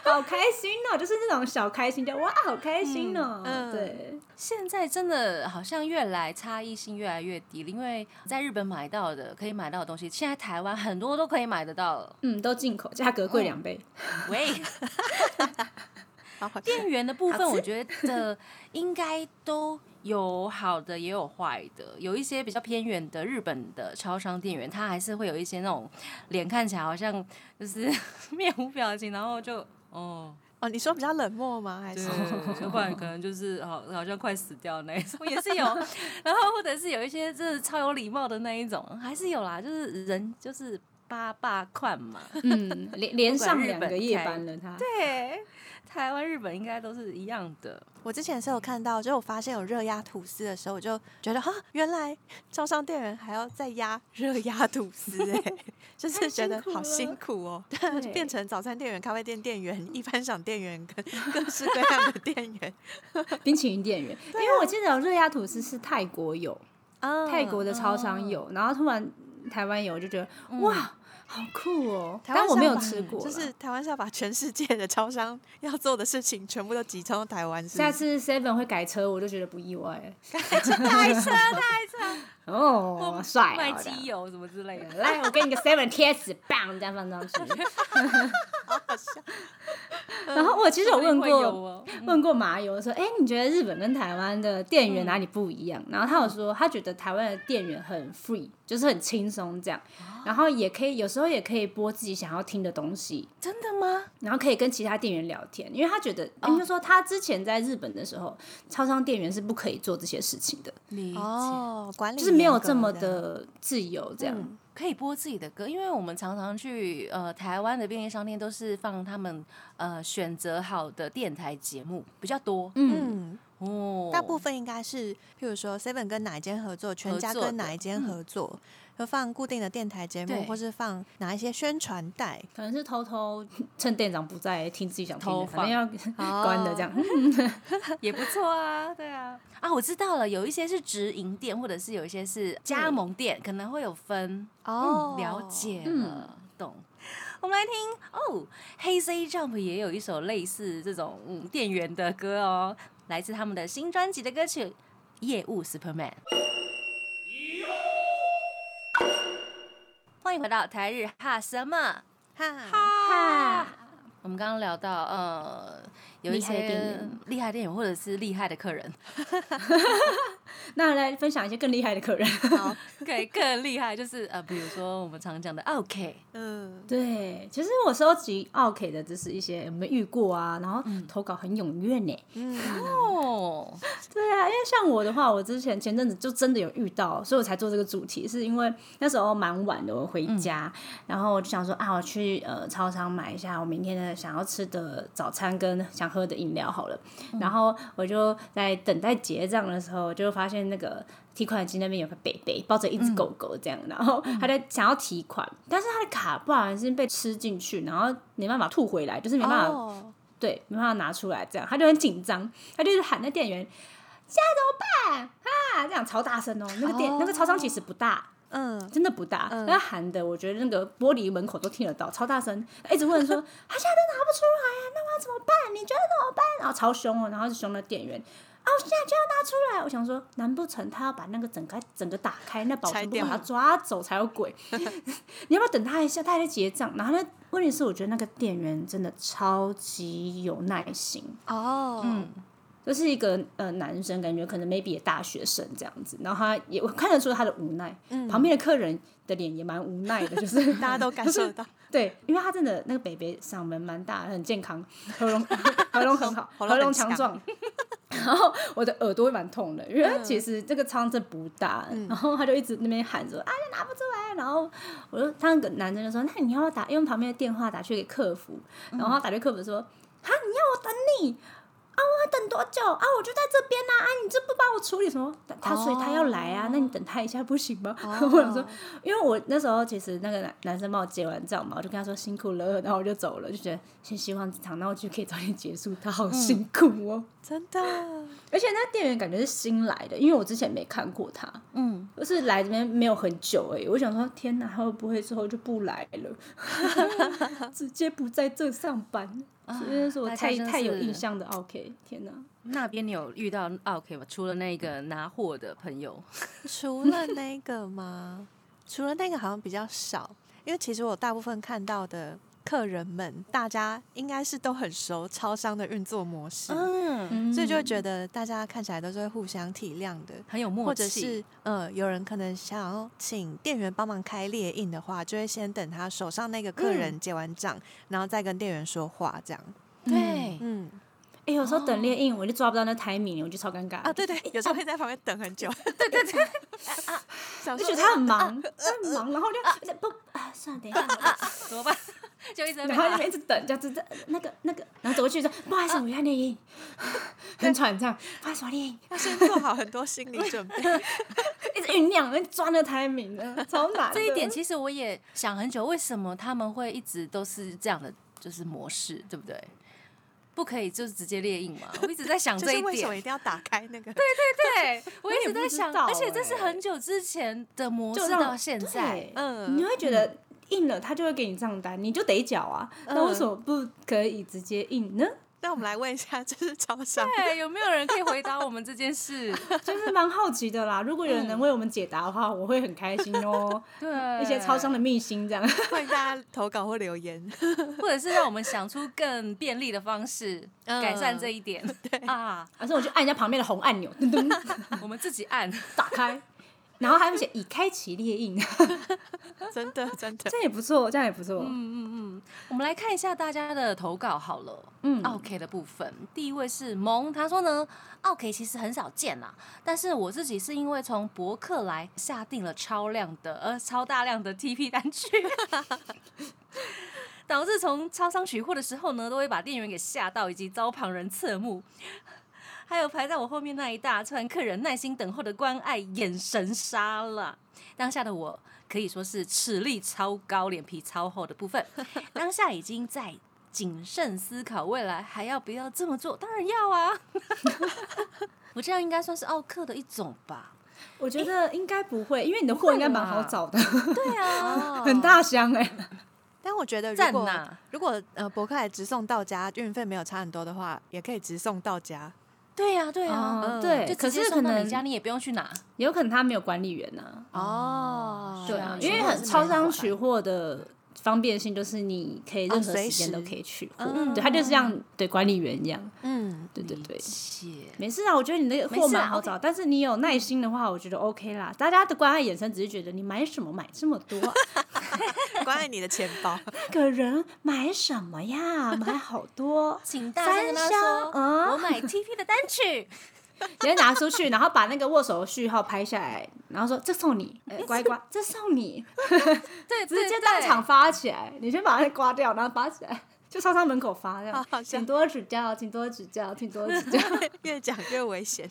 Speaker 2: 好开心哦， *laughs* 就是那种小开心，就哇，好开心哦，
Speaker 3: 嗯嗯
Speaker 2: 对，
Speaker 1: 现在真的好像越来差异性越来越低，因为在日本买到的可以买到的东西，现在台湾很多都可以买得到了。
Speaker 2: 嗯，都进口，价格贵
Speaker 3: 哦
Speaker 2: 两倍，
Speaker 1: 喂，
Speaker 3: 好好
Speaker 1: 店员的部分，我觉得应该都有好的，也有坏的。有一些比较偏远的日本的超商店员，他还是会有一些那种脸看起来好像就是 *laughs* 面无表情，然后就哦，
Speaker 3: 哦，你说比较冷漠吗？还是
Speaker 1: *laughs* 对，要不然可能就是好好像快死掉那一种， *laughs* 也是有。然后或者是有一些就是超有礼貌的那一种，还是有啦，就是人就是八霸款嘛。
Speaker 2: 嗯，连连
Speaker 1: 不管
Speaker 2: 上
Speaker 1: 日
Speaker 2: 两
Speaker 1: 本
Speaker 2: 个夜
Speaker 1: 开
Speaker 2: 班了，他，
Speaker 1: 对，台湾、日本应该都是一样的。
Speaker 3: 我之前是有看到，就我发现有热压吐司的时候，我就觉得哈，原来招商店员还要再压热压吐司、哎， *laughs* 就是觉得好辛苦
Speaker 2: *laughs*
Speaker 3: 哦。
Speaker 2: 对
Speaker 3: 变成早餐店员、咖啡店店员、一般赏店员
Speaker 2: *laughs*
Speaker 3: 跟各式各样的店员。
Speaker 2: 冰淇淋店员，因为我记得有热压吐司是泰国有，
Speaker 3: 啊嗯
Speaker 2: 泰国的超商有，然后突然台湾有，我就觉得、哇，好酷哦！
Speaker 3: 台湾
Speaker 2: 但我没有
Speaker 3: 上吧
Speaker 2: 吃过
Speaker 3: 嗯
Speaker 2: 啦，
Speaker 3: 就是台湾是要把全世界的超商要做的事情全部都集中到台湾，是不
Speaker 2: 下
Speaker 3: 是
Speaker 2: 次 Seven 会改车，我就觉得不意外
Speaker 1: 太扯太扯，
Speaker 2: 哦，帅
Speaker 1: *laughs*
Speaker 2: 哦
Speaker 1: 卖
Speaker 2: 这样
Speaker 1: 机油什么之类的。
Speaker 2: 来，我给你个 Seven 贴纸，棒，这样放上去。然后我其实有问
Speaker 1: 说不定会有
Speaker 2: 过
Speaker 1: 哦，
Speaker 2: 问过麻油说，哎、你觉得日本跟台湾的店员哪里不一样？然后他有说，他觉得台湾的店员很 free，就是很轻松这样，然后也可以有时候也可以播自己想要听的东西，
Speaker 1: 真的吗？
Speaker 2: 然后可以跟其他店员聊天，因为他觉得，应该说他之前在日本的时候，超商店员是不可以做这些事情的，
Speaker 1: 理解
Speaker 3: 哦，管理
Speaker 2: 就是没有
Speaker 3: 严格
Speaker 2: 这么
Speaker 3: 样
Speaker 2: 的自由这样。
Speaker 3: 嗯
Speaker 1: 可以播自己的歌，因为我们常常去呃台湾的便利商店都是放他们呃选择好的电台节目比较多
Speaker 2: 嗯，
Speaker 3: 嗯，
Speaker 1: 哦，
Speaker 3: 大部分应该是，譬如说 Seven 跟哪一间合作，嗯全家
Speaker 1: 合作的
Speaker 3: 跟哪一间合作，就放固定的电台节目
Speaker 1: 对，
Speaker 3: 或是放哪一些宣传带，
Speaker 2: 可能是偷偷趁店长不在听自己想听
Speaker 1: 偷
Speaker 2: 的，
Speaker 1: 放哦
Speaker 2: 反正要关的这样。
Speaker 1: 也不错啊，对啊，啊我知道了，有一些是直营店，或者是有一些是加盟店，可能会有分
Speaker 3: 哦
Speaker 1: 了。解
Speaker 2: 嗯
Speaker 1: 了，懂。我们来听哦，黑 C Jump 也有一首类似这种嗯店员的歌哦，来自他们的新专辑的歌曲《业务 Superman》。欢迎回到台日哈什么？
Speaker 3: 哈，
Speaker 2: *laughs* 哈，
Speaker 1: 我们刚刚聊到呃，有一
Speaker 2: 厉害的店
Speaker 1: 些
Speaker 2: 员
Speaker 1: 厉害的店员或者是厉害的客 *laughs* 人，
Speaker 2: 那来分享一些更厉害的客
Speaker 1: *laughs*
Speaker 2: 人。
Speaker 3: 好，
Speaker 1: 可以更厉害，就是呃，比如说我们常讲的 OK，
Speaker 3: 嗯，
Speaker 2: 对，其实我收集 OK 的，就是一些我们遇过啊，然后
Speaker 1: 嗯
Speaker 2: 投稿很踊跃呢。
Speaker 1: 哦，
Speaker 2: 对啊，因为像我的话，我之前前阵子就真的有遇到，所以我才做这个主题，是因为那时候蛮晚的，我回家，然后我就想说啊，我去呃超商买一下我明天的想要吃的早餐跟想喝的饮料好了。然后我就在等待结账的时候，就发现那个提款机那边有个北北抱着一只狗狗这样，然后他在想要提款，但是他的卡不好像是被吃进去，然后没办法吐回来，就是没办法、
Speaker 3: 哦，
Speaker 2: 对，没办法拿出来，这样他就很紧张，他就是喊那店员，现在怎么办啊？这样超大声哦，那个店、那个超商其实不大。
Speaker 3: 嗯，
Speaker 2: 真的不大，
Speaker 3: 嗯
Speaker 2: 他喊的，我觉得那个玻璃门口都听得到，超大声，一直问说 *laughs* 他现在都拿不出来啊，那我要怎么办？你觉得怎么办？然后超凶哦，然后就凶了店员，啊，我现在就要拿出来，我想说，难不成他要把那个整个整个打开，那保
Speaker 3: 拆
Speaker 2: 全部
Speaker 3: 掉
Speaker 2: 把他抓走才有鬼？ *laughs* 你要不要等他一下？他还在结账，然后呢，问题是我觉得那个店员真的超级有耐心，
Speaker 3: 哦，嗯，
Speaker 2: 就是一个呃男生，感觉可能 maybe 也大学生这样子，然后他也我看得出他的无奈，旁边的客人的脸也蛮无奈的，就是
Speaker 3: 嗯大家都感受得到，
Speaker 2: 对，因为他真的那个北北嗓门蛮大，很健康，
Speaker 3: *laughs*
Speaker 2: 喉咙喉咙很好，
Speaker 3: 喉
Speaker 2: 喉
Speaker 3: 咙很
Speaker 2: 咙强壮。 *laughs* 然后我的耳朵会蛮痛的，因为
Speaker 3: 嗯
Speaker 2: 其实这个仓真不大，然后他就一直那边喊着啊，就拿不出来。然后我就他那个男生就说，那你要不要打用旁边的电话打去给客服，然后他打去客服说，啊，你要我等你啊，我要等多久啊？我就在这边呐、啊，你这不帮我处理什么？他所以他要来啊，那你等他一下不行吗？ *laughs* 我想说，因为我那时候其实那个男男生帮我结完账嘛，我就跟他说辛苦了，然后我就走了，就觉得先希望这场闹剧可以早点结束，他好辛苦哦。
Speaker 3: *laughs* 真的，
Speaker 2: 而且那店员感觉是新来的，因为我之前没看过他，
Speaker 1: 嗯，
Speaker 2: 就是来这边没有很久而已。我想说，天哪，他会不会之后就不来了， *laughs* 直接不在这上班？所以那是我
Speaker 1: 啊大家
Speaker 2: 太
Speaker 1: 真
Speaker 2: 太有
Speaker 1: 是
Speaker 2: 印象的 OK，天哪！
Speaker 1: 那边你有遇到啊 OK 吗？除了那个拿货的朋友，
Speaker 3: 除了那个吗？除了那个好像比较少，因为其实我大部分看到的客人们，大家应该是都很熟超商的运作模式，
Speaker 1: 嗯，
Speaker 3: 所以就会觉得大家看起来都是会互相体谅的。
Speaker 1: 很有默
Speaker 3: 或者
Speaker 1: 契，
Speaker 3: 是呃，有人可能想要请店员帮忙开列印的话，就会先等他手上那个客
Speaker 1: 嗯
Speaker 3: 人结完账，然后再跟店员说话，这样。
Speaker 1: 对，
Speaker 3: 嗯
Speaker 2: 哎、有时候等猎印，我就抓不到那 timing，我就超尴尬
Speaker 3: 啊，，对对，有时候会在旁边等很
Speaker 1: 啊
Speaker 3: 久。对对 *laughs* 对，啊，
Speaker 2: 就觉得他很忙，
Speaker 1: 呃
Speaker 2: 他很忙，然后就不啊，算了，等一下，
Speaker 1: 怎么办？就一直在
Speaker 2: 然后
Speaker 1: 那
Speaker 2: 就
Speaker 1: 边
Speaker 2: 一直等，这样子，这那个那个，然后走过去说，不好
Speaker 1: 呃
Speaker 2: 意思，我要猎印，很喘这样，不好意思，我要猎印，
Speaker 3: 要先做好很多心理准备。
Speaker 2: 一直酝酿，抓那 timing 呢，超难的。
Speaker 1: 这一点 *laughs* 其实我也想很久，为什么他们会一直都是这样的就是模式，对不对？不可以就是直接列印嘛？我一直在想
Speaker 3: 就
Speaker 1: 这
Speaker 3: 是
Speaker 1: 一
Speaker 3: 为什么
Speaker 1: 点，
Speaker 3: 一定要打开那个？
Speaker 1: 对我一直
Speaker 2: 我也
Speaker 1: 在
Speaker 2: 不知
Speaker 1: 想，
Speaker 2: 道
Speaker 1: 而且这是
Speaker 2: 欸
Speaker 1: 很久之前的模式
Speaker 2: 让
Speaker 1: 到现在
Speaker 2: 对，
Speaker 3: 嗯
Speaker 2: 你会觉得印了，他就会给你账单，你就得缴啊。
Speaker 1: 嗯
Speaker 2: 那为什么不可以直接印呢？
Speaker 3: 那我们来问一下，就是超商
Speaker 1: 对，有没有人可以回答我们这件事？
Speaker 2: 就是蛮好奇的啦。如果有人
Speaker 1: 嗯
Speaker 2: 能为我们解答的话，我会很开心
Speaker 1: *laughs*
Speaker 2: 哦。
Speaker 1: 对，
Speaker 2: 一些超商的秘辛这样。
Speaker 3: 欢迎大家投稿或留言。 *laughs*
Speaker 1: 或者是让我们想出更便利的方式，
Speaker 3: 嗯
Speaker 1: 改善这一点。对啊，
Speaker 2: 还是我去按一下旁边的红按钮，噔噔，
Speaker 1: 我们自己按。
Speaker 2: 打开。然后还有写已开启列 *laughs* 印，
Speaker 3: 真的真的
Speaker 2: 这样也不错，这样也不错。
Speaker 1: 嗯嗯嗯，我们来看一下大家的投稿好了。
Speaker 2: 嗯，
Speaker 1: 奥 K 的部分，第一位是萌，他说呢，奥 K 其实很少见啦，但是我自己是因为从博客来下定了超量的呃超大量的 TP 单据， *laughs* 导致从超商取货的时候呢，都会把店员给吓到，以及遭旁人侧目。还有排在我后面那一大串客人耐心等候的关爱眼神杀了，当下的我可以说是齿力超高、脸皮超厚的部分， *laughs* 当下已经在谨慎思考未来还要不要这么做，当然要 *laughs* 啊！我这样应该算是奥克的一种吧？
Speaker 2: 我觉得应该不会，因为你的货应该蛮好找的，
Speaker 1: 对啊
Speaker 2: 很大箱哎、
Speaker 3: 但我觉得如
Speaker 1: 赞
Speaker 3: 果
Speaker 1: 呐！
Speaker 3: 如果呃博客来直送到家，运费没有差很多的话，也可以直送到家。
Speaker 1: 对呀、对呀、
Speaker 2: 哦
Speaker 1: 嗯
Speaker 2: 对
Speaker 1: 就
Speaker 2: 可
Speaker 1: 直接
Speaker 2: 是
Speaker 1: 送
Speaker 2: 可
Speaker 1: 到你
Speaker 2: 能
Speaker 1: 家，你也不用去拿
Speaker 2: 也有可能他没有管理员呐、
Speaker 1: 哦
Speaker 2: 对啊，
Speaker 1: 是
Speaker 2: 因为
Speaker 1: 是
Speaker 2: 很
Speaker 1: 是
Speaker 2: 超商
Speaker 1: 管
Speaker 2: 取货的方便性就是你可以任何时间都可以取货，对，他就是像对管理员一样，
Speaker 3: 嗯，
Speaker 2: 对对对。
Speaker 1: 切
Speaker 2: 没事啊，我觉得你那个
Speaker 1: 没
Speaker 2: 货
Speaker 1: 事啊，
Speaker 2: 蛮好找，但是你有耐心的话，我觉得 OK 啦。大家的关爱眼神只是觉得你买什么买这么多啊，
Speaker 3: *laughs* 关爱你的钱包， *laughs*
Speaker 2: 那个人买什么呀？买好多
Speaker 1: 请大声跟他
Speaker 2: 三
Speaker 1: 说
Speaker 2: 箱，嗯
Speaker 1: 我买 TP 的单曲，
Speaker 2: 直接拿出去，然后把那个握手的序号拍下来，然后说这送你，呃乖乖，这送你，
Speaker 1: *laughs* 对，
Speaker 2: 直接
Speaker 1: 对
Speaker 2: 当场。发起来，你先把它刮掉，然后发起来，就超商门口发这样
Speaker 3: 好。好笑
Speaker 2: 请多指教，请多指教，请多指教，
Speaker 3: 越讲越危险。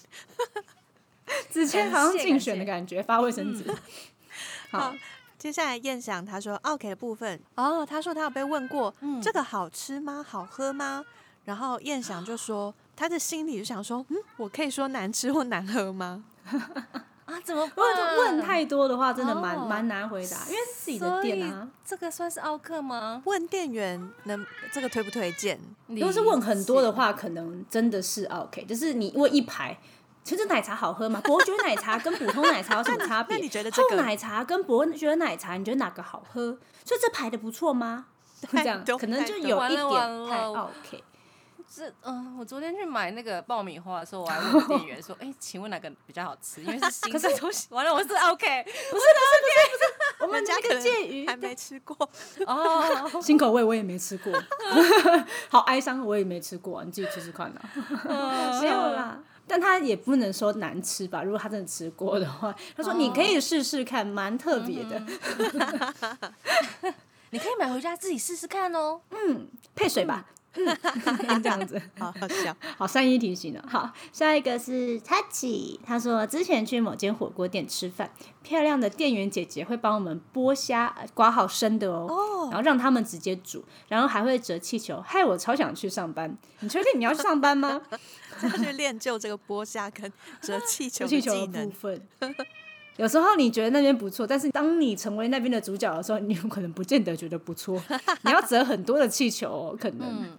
Speaker 2: 直接好像竞选的感觉，发卫生纸。好
Speaker 3: 好，接下来燕想他说 OK 的部分哦，他说他有被问过、
Speaker 1: 嗯
Speaker 3: 这个好吃吗？好喝吗？然后燕想就说他的心里就想说，嗯，我可以说难吃或难喝吗？
Speaker 1: 对啊，怎么办？
Speaker 2: 问问太多的话，真的蛮
Speaker 1: 哦
Speaker 2: 蛮难回答，因为是自己的店啊。
Speaker 1: 这个算是奥克吗？
Speaker 3: 问店员能这个推不推荐？
Speaker 1: 如
Speaker 2: 如果是问很多的，话，可能真的是啊 OK，就是你问一排。其实奶茶好喝吗？伯爵奶茶跟普通奶茶有什么差别？
Speaker 3: 那你觉得这个
Speaker 2: 厚奶茶跟伯爵奶茶，你觉得哪个好喝？所以这排的不错吗？
Speaker 3: 多
Speaker 2: 这样可能就
Speaker 3: 太多
Speaker 2: 有一
Speaker 1: 完了完
Speaker 2: 点
Speaker 1: 了
Speaker 2: 太 OK。
Speaker 1: 这嗯、我昨天去买那个爆米花的时候，我还问店员
Speaker 2: *laughs*
Speaker 1: 说：“哎、请问哪个比较好吃？”因为是新的东西。完了，我是 OK
Speaker 2: 我们
Speaker 3: 家
Speaker 2: 这
Speaker 3: 可
Speaker 2: 个
Speaker 3: 能
Speaker 2: 介于
Speaker 3: 还没吃过， *laughs*
Speaker 1: 哦。
Speaker 2: 新口味我也没吃过， *laughs* 好哀伤，我也没吃过，你自己吃吃看啦。没有啦，但他也不能说难吃吧？如果他真的吃过的话，他说你可以试试看，蛮特别的，
Speaker 1: 你可以买回家自己试试看哦。
Speaker 2: 配水吧。嗯，这样子，
Speaker 3: 好好笑。
Speaker 2: 好善意提醒了。好，下一个是 Tachi，他说之前去某间火锅店吃饭，漂亮的店员姐姐会帮我们剥虾，呃刮好生的哦，然后让他们直接煮，然后还会折气球，害我超想去上班。你确定你要去上班吗？
Speaker 3: 他去练就这个剥虾跟折气球
Speaker 2: 出
Speaker 3: 的
Speaker 2: 啊气球
Speaker 3: 技
Speaker 2: 的部
Speaker 3: 能。
Speaker 2: 分。 *laughs* 有时候你觉得那边不错，但是当你成为那边的主角的时候，你有可能不见得觉得不错。你要折很多的气球、哦，可能。
Speaker 1: 嗯，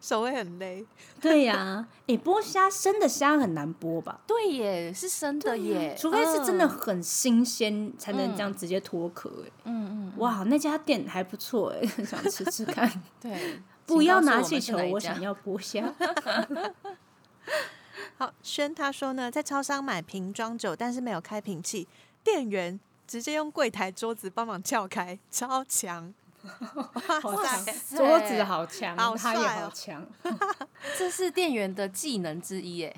Speaker 3: 手会很累，
Speaker 2: 对呀、诶、剥虾生的虾很难剥吧？
Speaker 1: 对耶，是生的耶，
Speaker 2: 啊除非是真的
Speaker 1: 嗯
Speaker 2: 很新鲜，才能这样直接脱壳、诶
Speaker 1: 嗯嗯，
Speaker 2: 哇，那家店还不错、诶，很 *laughs* 想吃
Speaker 1: *laughs*
Speaker 2: 吃看。
Speaker 1: 嗯对，
Speaker 2: 不要拿气
Speaker 1: 请
Speaker 2: 球
Speaker 1: 告诉，
Speaker 2: 我
Speaker 1: 们是哪一
Speaker 2: 想
Speaker 1: 家。
Speaker 2: 要剥虾。
Speaker 1: *laughs*
Speaker 3: 好，轩他说呢，在超商买瓶装酒，但是没有开瓶器，店员直接用柜台桌子帮忙撬开，超
Speaker 2: *laughs*
Speaker 3: 强！哇
Speaker 2: 强
Speaker 3: 塞，
Speaker 2: 桌子好强，
Speaker 3: 好
Speaker 2: 他也
Speaker 3: 帅哦
Speaker 2: 好强。
Speaker 1: 这是店员的技能之一耶。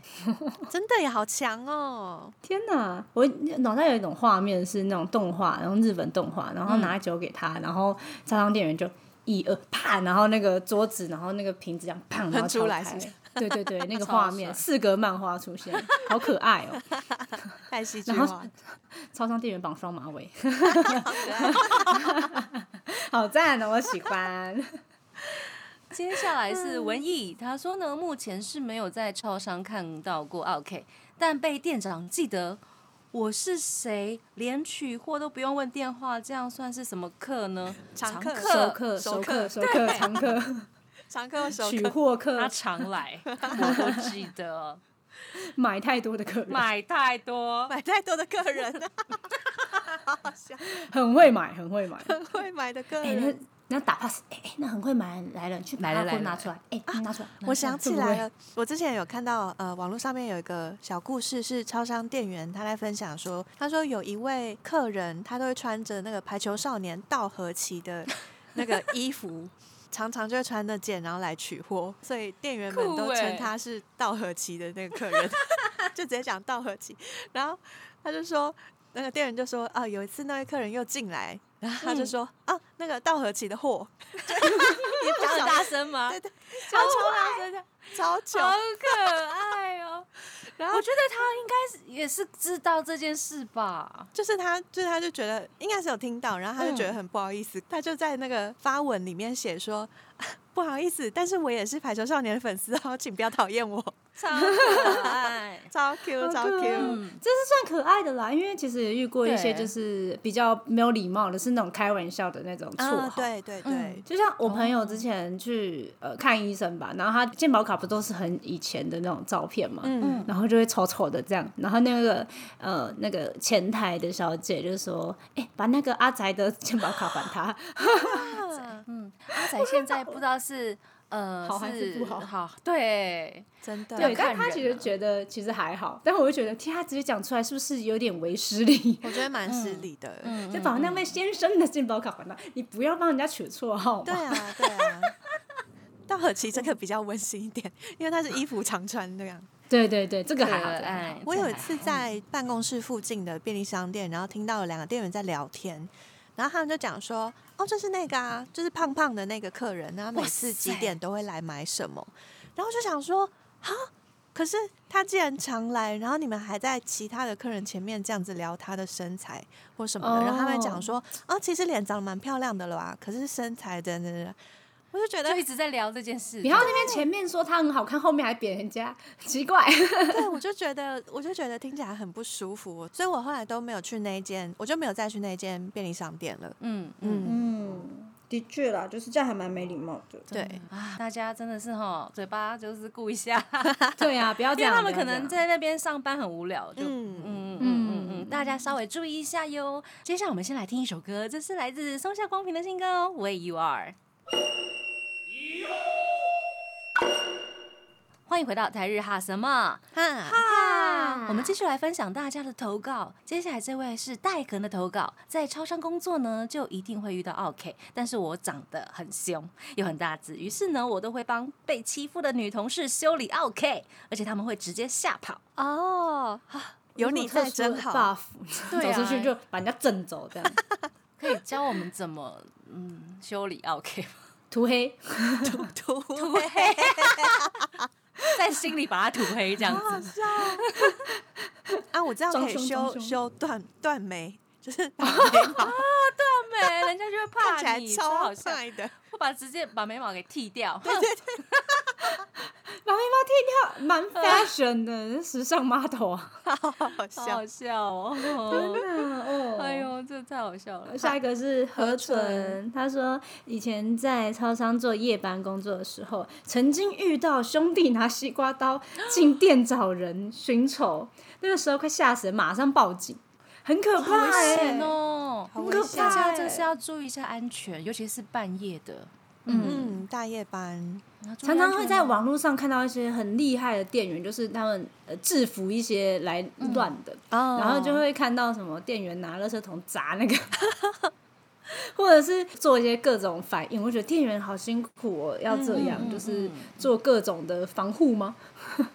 Speaker 3: 真的也好强哦！
Speaker 2: 天哪！我脑袋有一种画面是那种动画，然后日本动画，然后拿酒给
Speaker 1: 嗯
Speaker 2: 他，然后招商店员就一二啪，然后那个桌子，然后那个瓶子这样砰，然后
Speaker 3: 出来
Speaker 2: 敲开
Speaker 1: *laughs*
Speaker 3: 是不是
Speaker 2: 对对对，那个
Speaker 1: 超
Speaker 2: 画面
Speaker 1: 帅
Speaker 2: 四格漫画出现，好可爱哦、
Speaker 3: 太戏剧
Speaker 2: 然
Speaker 3: 化
Speaker 2: 后
Speaker 3: 了，
Speaker 2: 超商店员绑双马尾，
Speaker 3: 好可爱。
Speaker 2: *laughs* 好赞哦、我喜欢。
Speaker 1: *laughs* 接下来是文艺，他说呢，目前是没有在超商看到过啊 OK，但被店长记得我是谁，连取货都不用问电话，这样算是什么客呢？
Speaker 3: 常
Speaker 1: 客
Speaker 3: 客
Speaker 2: 熟
Speaker 3: 熟
Speaker 2: *laughs* 客，熟
Speaker 3: 客
Speaker 2: 客，熟客，常
Speaker 3: *laughs*
Speaker 2: 客，
Speaker 3: 常客手
Speaker 2: 取
Speaker 3: 客
Speaker 2: 货
Speaker 1: 他
Speaker 2: 客，
Speaker 1: 常来，我都记得
Speaker 2: 买太多的客 *laughs* 人，
Speaker 1: 买太多。
Speaker 3: 买太多的客人、啊，好好笑，
Speaker 2: 很会买，很会买。
Speaker 3: *laughs*
Speaker 2: *laughs*
Speaker 3: 会买的客
Speaker 2: 哎、
Speaker 3: 人。
Speaker 2: 那那打 pass，哎、哎、那很会买来人去把
Speaker 1: 来了
Speaker 2: 它
Speaker 1: 来了
Speaker 2: 婚拿出来，哎、拿出来。
Speaker 3: 我想起来
Speaker 2: 了，
Speaker 3: 了，我之前有看到呃，网络上面有一个小故事，是超商店员他在分享说，他说有一位客人，他都会穿着那个排球少年道和奇的那
Speaker 1: *laughs*
Speaker 3: 个衣服。常常就会穿那件，然后来取货，所以店员们
Speaker 1: 酷
Speaker 3: 都
Speaker 1: 欸
Speaker 3: 称他是道和奇的那个
Speaker 1: *laughs*
Speaker 3: 客人，就直接讲道和奇。然后他就说，那个店员就说啊，有一次那位客人又进来，然后
Speaker 1: 嗯
Speaker 3: 他就说、啊，那个道和奇
Speaker 1: *laughs*
Speaker 3: 的货， *laughs* 就一
Speaker 1: 讲很
Speaker 3: 不小心
Speaker 1: 大声吗？
Speaker 3: 对对 *laughs*
Speaker 1: 超大声的，
Speaker 3: 超久，
Speaker 1: 好可爱哦！
Speaker 3: 然后
Speaker 1: 我觉得他应该是也是知道这件事吧？
Speaker 3: 就是他，就是他就觉得应该是有听到，然后他就觉得很不好意思，他就在那个发文里面写说、啊不好意思，但是我也是排球少年的粉丝哦，请不要讨厌我，
Speaker 1: 超可爱，
Speaker 3: *laughs* 超 Q 超 Q，
Speaker 1: *laughs* 嗯，
Speaker 2: 这是算可爱的啦，因为其实也遇过一些
Speaker 1: 对
Speaker 2: 就是比较没有礼貌的，是那种开玩笑的那种绰号。
Speaker 3: 啊，对对对
Speaker 1: 嗯，
Speaker 2: 就像我朋友之前去、呃看医生吧，然后他健保卡不都是很以前的那种照片嘛，
Speaker 3: 嗯
Speaker 2: 然后就会丑丑的这样，然后那个呃那个前台的小姐就说：“哎、把那个阿宅的健保卡还他。
Speaker 1: 阿仔现在不知道是呃
Speaker 2: 好还是不好
Speaker 1: 对，
Speaker 3: 真”
Speaker 1: *laughs*
Speaker 3: 的，
Speaker 1: 对
Speaker 2: 对，
Speaker 3: 我
Speaker 2: 但
Speaker 1: 看
Speaker 2: 他
Speaker 1: 人
Speaker 2: 其实
Speaker 1: 啊
Speaker 2: 觉得其实还好，但我就觉得天，他直接讲出来是不是有点为失礼？
Speaker 3: 觉得蛮失礼的，
Speaker 2: *laughs* 就把那位先生的健保卡还他，你不要帮人家取绰号嘛。
Speaker 3: 对啊对 *laughs* 啊。道和奇这个比较温馨一点，因为他是衣服常穿那样。
Speaker 2: 对对对，这个
Speaker 1: 可
Speaker 2: 还好。这个还好
Speaker 1: 爱。
Speaker 3: 我有一次在办公室附近的便利商店，然后听到有两个店员在聊天，然后他们就讲说：“哦，就是那个啊，就是胖胖的那个客人，然后每次
Speaker 1: 哇塞
Speaker 3: 几点都会来买什么。”然后就想说：“啊，可是他既然常来，然后你们还在其他的客人前面这样子聊他的身材或什么的，
Speaker 2: 哦
Speaker 3: 然后他们讲说：‘哦，其实脸长得蛮漂亮的了啊，可是身材真的……’真的我就觉得
Speaker 1: 就一直在聊这件事，
Speaker 2: 你还要那边前面说他很好看，后面还贬人家，奇怪。 *laughs*
Speaker 3: 对，我就觉得，我就觉得听起来很不舒服，所以我后来都没有去那一间，我就没有再去那一间便利商店了。
Speaker 1: 嗯嗯。
Speaker 3: 嗯，
Speaker 2: 嗯，的确啦，就是这样还蛮没礼貌的。
Speaker 3: 对，
Speaker 1: 啊，大家真的是哈，嘴巴就是顾一下，
Speaker 2: 对啊，不要这
Speaker 1: 因为
Speaker 2: 样。
Speaker 1: 他们
Speaker 2: 不要
Speaker 1: 可
Speaker 2: 这样
Speaker 1: 能在那边上班很无聊，就
Speaker 3: 嗯
Speaker 1: 嗯嗯嗯嗯，大家稍微注意一下哟。接下来我们先来听一首歌，这是来自松下光平的新歌哦，《Where You Are》。欢迎回到台日哈什么？
Speaker 3: 哈，
Speaker 1: 我们继续来分享大家的投稿。接下来这位是戴肯的投稿，在超商工作呢，就一定会遇到 OK，但是我长得很凶，又很大只，于是呢，我都会帮被欺负的女同事修理 OK，而且他们会直接吓跑。
Speaker 3: 哦，有你在真好，
Speaker 2: ，buff，
Speaker 1: 对啊
Speaker 2: 走出去就把人家震走，这样
Speaker 1: 可以教我们怎么嗯修理 OK 吗？ *laughs*
Speaker 2: 涂黑。
Speaker 3: 图 *laughs*
Speaker 1: 在心里把它涂黑这样子，
Speaker 3: *laughs* 啊，我这样可
Speaker 2: 装
Speaker 3: 以
Speaker 2: 凶装
Speaker 3: 修
Speaker 2: 凶
Speaker 3: 修断断眉，就是把眉毛
Speaker 1: 对，人家就 *laughs* 会
Speaker 3: 看
Speaker 1: 怕
Speaker 3: 起来
Speaker 1: 你，超
Speaker 3: 超
Speaker 1: 好笑。
Speaker 3: 帅的，
Speaker 1: 我把直接把眉毛给剃掉， *laughs*
Speaker 2: 把眉毛剃掉，蛮
Speaker 1: 呃
Speaker 2: fashion 的，时尚 model
Speaker 1: *laughs*
Speaker 2: 啊！
Speaker 3: 好好
Speaker 1: 好
Speaker 3: 笑
Speaker 1: 好。笑哦！
Speaker 2: 哦
Speaker 1: 哎，呦，这太好笑了。
Speaker 2: 下一个是何
Speaker 3: 何
Speaker 2: 纯
Speaker 3: 纯，
Speaker 2: 他说以前在超商做夜班工作的时候，曾经遇到兄弟拿西瓜刀进店找人寻仇，那个时候快吓死了，马上报警，很可怕
Speaker 1: 危
Speaker 2: 哎、
Speaker 1: 险哦！
Speaker 3: 好
Speaker 2: 危险
Speaker 1: 大家真是要注意一下安全，尤其是半夜的，
Speaker 3: 嗯，大夜班，
Speaker 2: 常常会在
Speaker 1: 哦
Speaker 2: 网络上看到一些很厉害的店员，就是他们呃制服一些来乱的，然
Speaker 3: 然
Speaker 2: 后
Speaker 1: 嗯
Speaker 2: 就会看到什么店员拿垃圾桶砸那个， *laughs* 或者是做一些各种反应。我觉得店员好辛苦哦，要这样、
Speaker 1: 嗯嗯
Speaker 2: 就是
Speaker 1: 嗯
Speaker 2: 做各种的防护吗？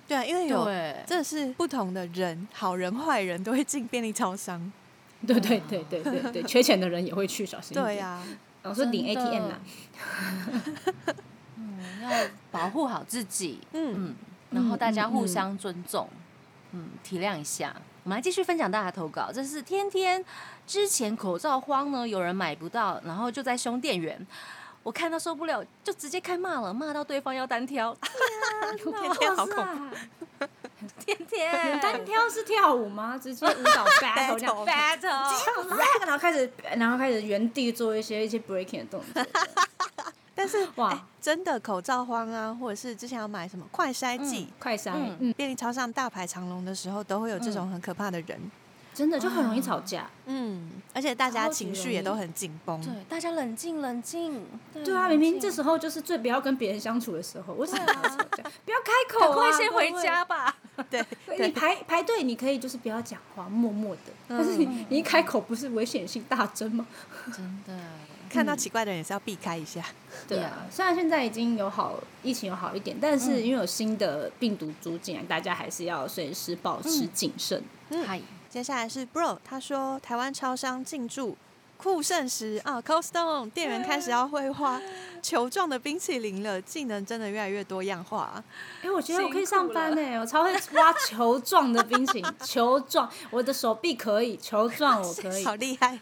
Speaker 3: 对，啊因为有
Speaker 1: 对，
Speaker 3: 这是不同的人，好人坏人都会进便利超商。
Speaker 2: 对对对对对对，缺钱的人也会去小心一点。
Speaker 3: 对啊呀，
Speaker 2: 然后说领
Speaker 1: 真的
Speaker 2: ATM 啊，
Speaker 1: *laughs* 嗯要保护好自己，
Speaker 3: 嗯，
Speaker 1: 嗯，然后大家
Speaker 2: 嗯嗯
Speaker 1: 互相尊重，嗯，体谅一下。我们来继续分享大家的投稿，这是天天之前口罩慌呢，有人买不到，然后就在凶店员。我看到受不了，就直接开骂了，骂到对方要单挑。 *laughs*
Speaker 3: 天天好恐怖。
Speaker 1: 天天
Speaker 2: 单挑是跳舞吗？直接舞
Speaker 1: *laughs*
Speaker 2: 蹈 battle 这样
Speaker 3: Battle
Speaker 1: battle，
Speaker 2: 然后开始，然后开始原地做一些一些 breaking 的动作。
Speaker 1: *laughs*
Speaker 3: 但是
Speaker 2: 哇，
Speaker 3: 哎
Speaker 1: 哎
Speaker 3: 真的口罩荒啊，或者是之前要买什么快筛剂，
Speaker 2: 快筛，
Speaker 1: 嗯
Speaker 2: 嗯，
Speaker 3: 便利超商大排长龙的时候，都会有这种很可怕的人。
Speaker 2: 真的就很容易吵架。
Speaker 3: 嗯，而且大家
Speaker 2: 超级
Speaker 3: 情绪
Speaker 2: 容
Speaker 3: 也都
Speaker 2: 易
Speaker 3: 很紧绷，
Speaker 1: 对，大家冷静冷静。
Speaker 2: 嗯对啊，明明这
Speaker 1: 候
Speaker 2: 时候就是最不要跟别人相处的时候，为什么要吵架？不要开口、
Speaker 1: 赶快
Speaker 2: 啊，
Speaker 1: 先回
Speaker 2: 各位
Speaker 1: 家吧。
Speaker 3: *laughs* 对
Speaker 2: 你
Speaker 3: 对
Speaker 2: 排排队，你可以就是不要讲话，默默的。但是你你一开口，不是危险性大增 *laughs* 吗？
Speaker 1: 真的，
Speaker 3: 看到奇怪的人也是要避开一下。
Speaker 2: 对啊，嗯虽然现在已经有好疫情有好一点，但是因为有新的病毒株进来，大家还是要随时保持谨慎。
Speaker 3: 嗯
Speaker 1: 嗨，
Speaker 3: 接下来是 Bro，他说台湾超商进驻酷盛时啊，Costco 店员开始要绘画球状的冰淇淋了，技能真的越来越多样化。
Speaker 2: 哎、我觉得我可以上班哎、我超会挖球状的冰淇淋，球状，我的手臂可以，球状我 *laughs* 可以。
Speaker 3: 好厉害！
Speaker 2: 哎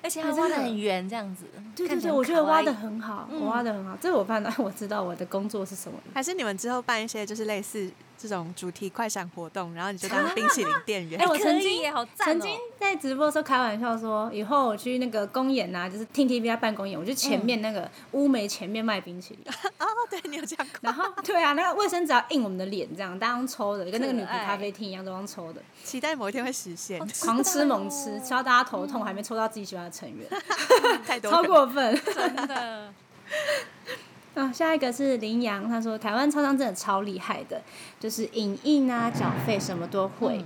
Speaker 1: 而且还挖的很圆，这样子。
Speaker 2: 对
Speaker 1: 看
Speaker 2: 对
Speaker 1: 起
Speaker 2: 对，
Speaker 1: 来
Speaker 2: 我觉得
Speaker 1: 可
Speaker 2: 挖的
Speaker 1: 爱
Speaker 2: 很好，
Speaker 1: 嗯
Speaker 2: 我挖的很好。这我办到， *laughs* 我知道我的工作是什么了。
Speaker 3: 还是你们之后办一些就是类似这种主题快闪活动，然后你就当冰淇淋店员
Speaker 2: 哎。我
Speaker 1: 可
Speaker 2: 曾
Speaker 1: 以
Speaker 2: 经
Speaker 1: 耶好赞
Speaker 2: 曾
Speaker 1: 哦
Speaker 2: 经在直播的时候开玩笑说，以后我去那个公演啊，就是听 T V 办公演，我就前
Speaker 1: 嗯
Speaker 2: 面那个乌梅前面卖冰淇淋，
Speaker 3: 哦， *laughs* 对你有这样过，
Speaker 2: 然后对啊，那个卫生纸要印我们的脸，这样当抽的，跟那个女仆
Speaker 1: 可爱
Speaker 2: 咖啡厅一样，都当
Speaker 1: *laughs*
Speaker 2: 抽的，
Speaker 3: 期待某一天会实现，
Speaker 2: 狂吃猛吃，吃到大家头痛，还没抽到自己喜欢的成
Speaker 1: *laughs*
Speaker 2: 员，
Speaker 3: 太多
Speaker 2: 超
Speaker 3: 了
Speaker 2: 过分。 *laughs*
Speaker 1: 真的，
Speaker 2: 啊，下一个是林阳，他说台湾超商真的超厉害的，就是影印啊、缴费什么都
Speaker 1: 嗯
Speaker 2: 会。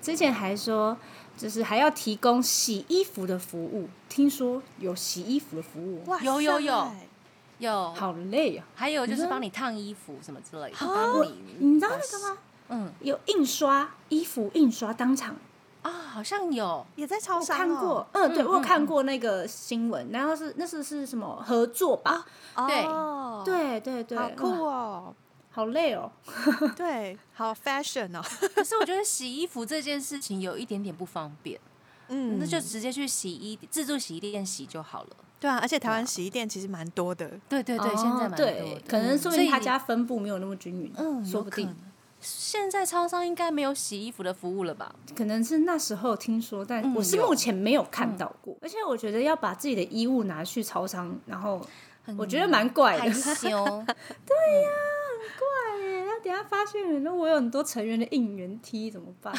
Speaker 2: 之前还说，就是还要提供洗衣服的服务，听说有洗衣服的服务，哦
Speaker 3: 哇
Speaker 1: 有有有
Speaker 3: 塞
Speaker 1: *laughs* 有
Speaker 2: 好累啊！
Speaker 1: 还有就
Speaker 2: 你
Speaker 1: 是
Speaker 2: 说啊
Speaker 1: 帮你烫衣服什么之类的，帮你
Speaker 2: 你知道那个吗？
Speaker 1: 嗯
Speaker 2: 有印刷衣服印刷当场，
Speaker 1: 啊，好像
Speaker 2: *laughs*
Speaker 1: 有
Speaker 3: 也在超
Speaker 2: 我
Speaker 3: 商哦
Speaker 2: 看过，嗯，对
Speaker 1: 嗯
Speaker 2: 我有
Speaker 1: 嗯
Speaker 2: 看
Speaker 1: 嗯
Speaker 2: 过那个新闻，然后是那是是什么合作吧？
Speaker 1: 对
Speaker 3: 哦，
Speaker 2: 对对对，
Speaker 3: 好酷
Speaker 2: 哇，
Speaker 3: 哦，
Speaker 2: 好累哦。
Speaker 3: *laughs* 对，好 fashion 哦，
Speaker 1: 可是我觉得洗衣服这件事情有一点点不方便，
Speaker 3: 嗯
Speaker 1: 那就直接去洗衣自助洗衣店洗就好了。
Speaker 3: 对啊，而且台湾洗衣店其实蛮多的，
Speaker 1: 对对对，
Speaker 2: 哦
Speaker 1: 现在蛮多的
Speaker 2: 对，，可能说
Speaker 1: 所
Speaker 2: 明
Speaker 1: 以
Speaker 2: 他家分布没有那么均匀，
Speaker 1: 嗯，
Speaker 2: 说
Speaker 1: 有
Speaker 2: 不
Speaker 1: 可
Speaker 2: 定
Speaker 1: 能。现在超商应该没有洗衣服的服务了
Speaker 2: *laughs*
Speaker 1: 吧？
Speaker 2: 可能是那时候听说，但
Speaker 1: 嗯
Speaker 2: 我是
Speaker 1: 有嗯
Speaker 2: 目前没有看到过。而且我觉得要把自己的衣物拿去超商，然后
Speaker 1: 很
Speaker 2: 我觉得蛮怪的
Speaker 1: 害。
Speaker 2: *laughs*
Speaker 1: 羞，
Speaker 2: 对，那等一下发现人，那我有很多成员的应援 T 怎么 *laughs* 办？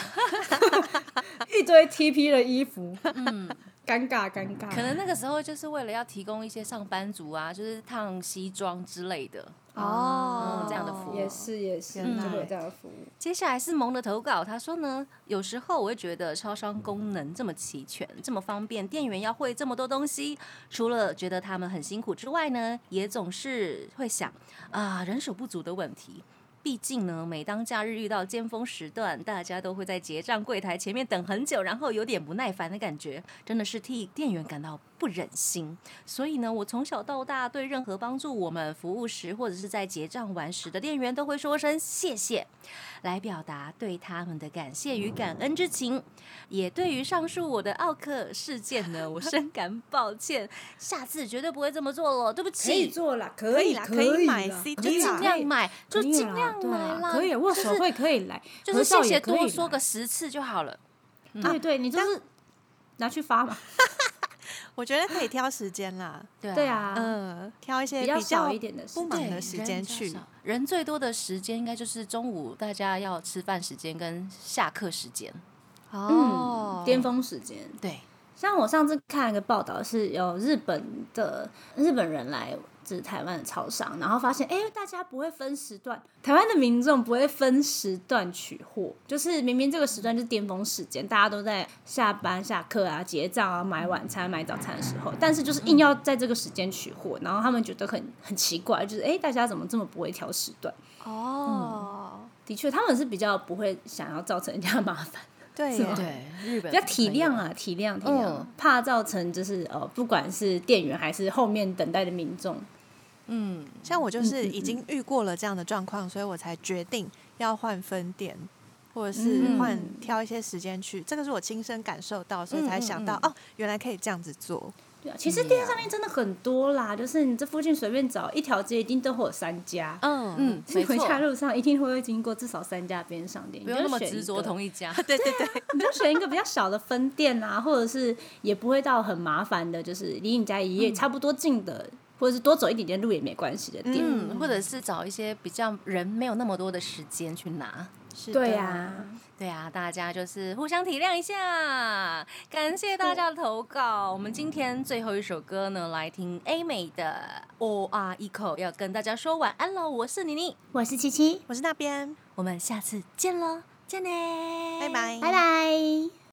Speaker 2: 一堆 TP 的衣服，嗯，尴尬尴尬。
Speaker 1: 可能那个时候就是为了要提供一些上班族啊，就是烫西装之类的。
Speaker 3: 哦
Speaker 1: 嗯这样的服务
Speaker 2: 也是也是，
Speaker 3: 原
Speaker 2: 就会有
Speaker 3: 来
Speaker 2: 这样的服务。
Speaker 1: 接下来是萌的投稿，他说呢，有时候我会觉得超商功能这么齐全，这么方便，店员要会这么多东西，除了觉得他们很辛苦之外呢，也总是会想啊人手不足的问题。毕竟呢，每当假日遇到尖峰时段，大家都会在结账柜台前面等很久，然后有点不耐烦的感觉，真的是替店员感到不忍心。所以呢，我从小到大对任何帮助我们服务时或者是在结账完时的店员，都会说声谢谢。来表达对他们的感谢与感恩之情。也对于上述我的奥克事件呢，我深感抱歉，下次绝对不会这么做了，对不
Speaker 2: 可以
Speaker 1: 起。
Speaker 2: 做啦，可
Speaker 3: 可以
Speaker 2: 以
Speaker 3: 啦
Speaker 2: 可
Speaker 3: 可以买
Speaker 2: 啦啊
Speaker 3: CD
Speaker 1: 就尽量买，就
Speaker 2: 可以
Speaker 1: 尽量
Speaker 2: 对啊
Speaker 1: 买啦。
Speaker 2: 可以握手会可以来，
Speaker 1: 就
Speaker 2: 合
Speaker 1: 是
Speaker 2: 照
Speaker 1: 谢
Speaker 2: 也
Speaker 1: 谢
Speaker 2: 可以
Speaker 1: 多说
Speaker 2: 来嗯
Speaker 1: 个嗯十次就好了。
Speaker 2: 对对，你就是拿去发嘛。
Speaker 3: 我觉得可以挑时间啦，
Speaker 2: 对，啊，
Speaker 3: 嗯，挑一些
Speaker 2: 比较少一点的时
Speaker 3: 不
Speaker 2: 间
Speaker 3: 忙的时间去。
Speaker 1: 人最多的时间应该就是中午大家要吃饭时间跟下课时间。
Speaker 2: 嗯，
Speaker 3: 哦
Speaker 2: 巅峰时间。
Speaker 1: 对，
Speaker 2: 像我上次看一个报道，是有日本的日本人来自台湾的超商，然后发现，哎、大家不会分时段，台湾的民众不会分时段取货，就是明明这个时段就是巅峰时间，大家都在下班、下课啊、结账啊、买晚餐、买早餐的时候，但是就是硬要在这个时间取货，然后他们觉得很很奇怪，就是哎、诶大家怎么这么不会挑时段？
Speaker 3: 哦，
Speaker 2: 的确，他们是比较不会想要造成人家麻烦。
Speaker 3: 对
Speaker 2: 是吗
Speaker 3: 耶
Speaker 1: 对，日本
Speaker 2: 比较体谅啊，体谅体谅，
Speaker 1: 嗯
Speaker 2: 怕造成就是呃，不管是店员还是后面等待的民众，
Speaker 1: 嗯，
Speaker 3: 像我就是已经遇过了这样的状况，所以我才决定要换分店，或者是换
Speaker 2: 嗯
Speaker 3: 挑一些时间去。这个是我亲身感受到，所以才想到
Speaker 1: 嗯嗯
Speaker 3: 哦，原来可以这样子做。
Speaker 1: 嗯
Speaker 2: 对啊，其实店上面真的很多啦，就是你这附近随便找一条街，一定都会有三家。 *laughs*
Speaker 3: 嗯
Speaker 1: 嗯，
Speaker 2: 你
Speaker 1: 没
Speaker 2: 回
Speaker 1: 错，
Speaker 2: 家路上一定会经过至少三家边上店，
Speaker 1: 不用那么执着
Speaker 2: 一
Speaker 1: 同一家。
Speaker 3: *laughs* 对对对，
Speaker 2: *laughs* 个，你就选一个比较小的分店啊，或者是也不会到很麻烦的，就是离你家也
Speaker 1: 嗯
Speaker 2: 也差不多近的，或者是多走一点点路也没关系的店。
Speaker 1: 嗯，或者是找一些比较人没有那么多的时间去拿。
Speaker 3: 是
Speaker 2: 对
Speaker 3: 的
Speaker 2: 呀、
Speaker 1: 对啊，大家就是互相体谅一下，感谢大家的投稿。我们今天最后一首歌呢，来听 A 美的《O R E 口》，要跟大家说晚安喽。我是妮妮，
Speaker 2: 我是七七，
Speaker 3: 我是那边，
Speaker 1: 我们下次见喽，见呢，
Speaker 3: 拜拜，
Speaker 2: 拜拜。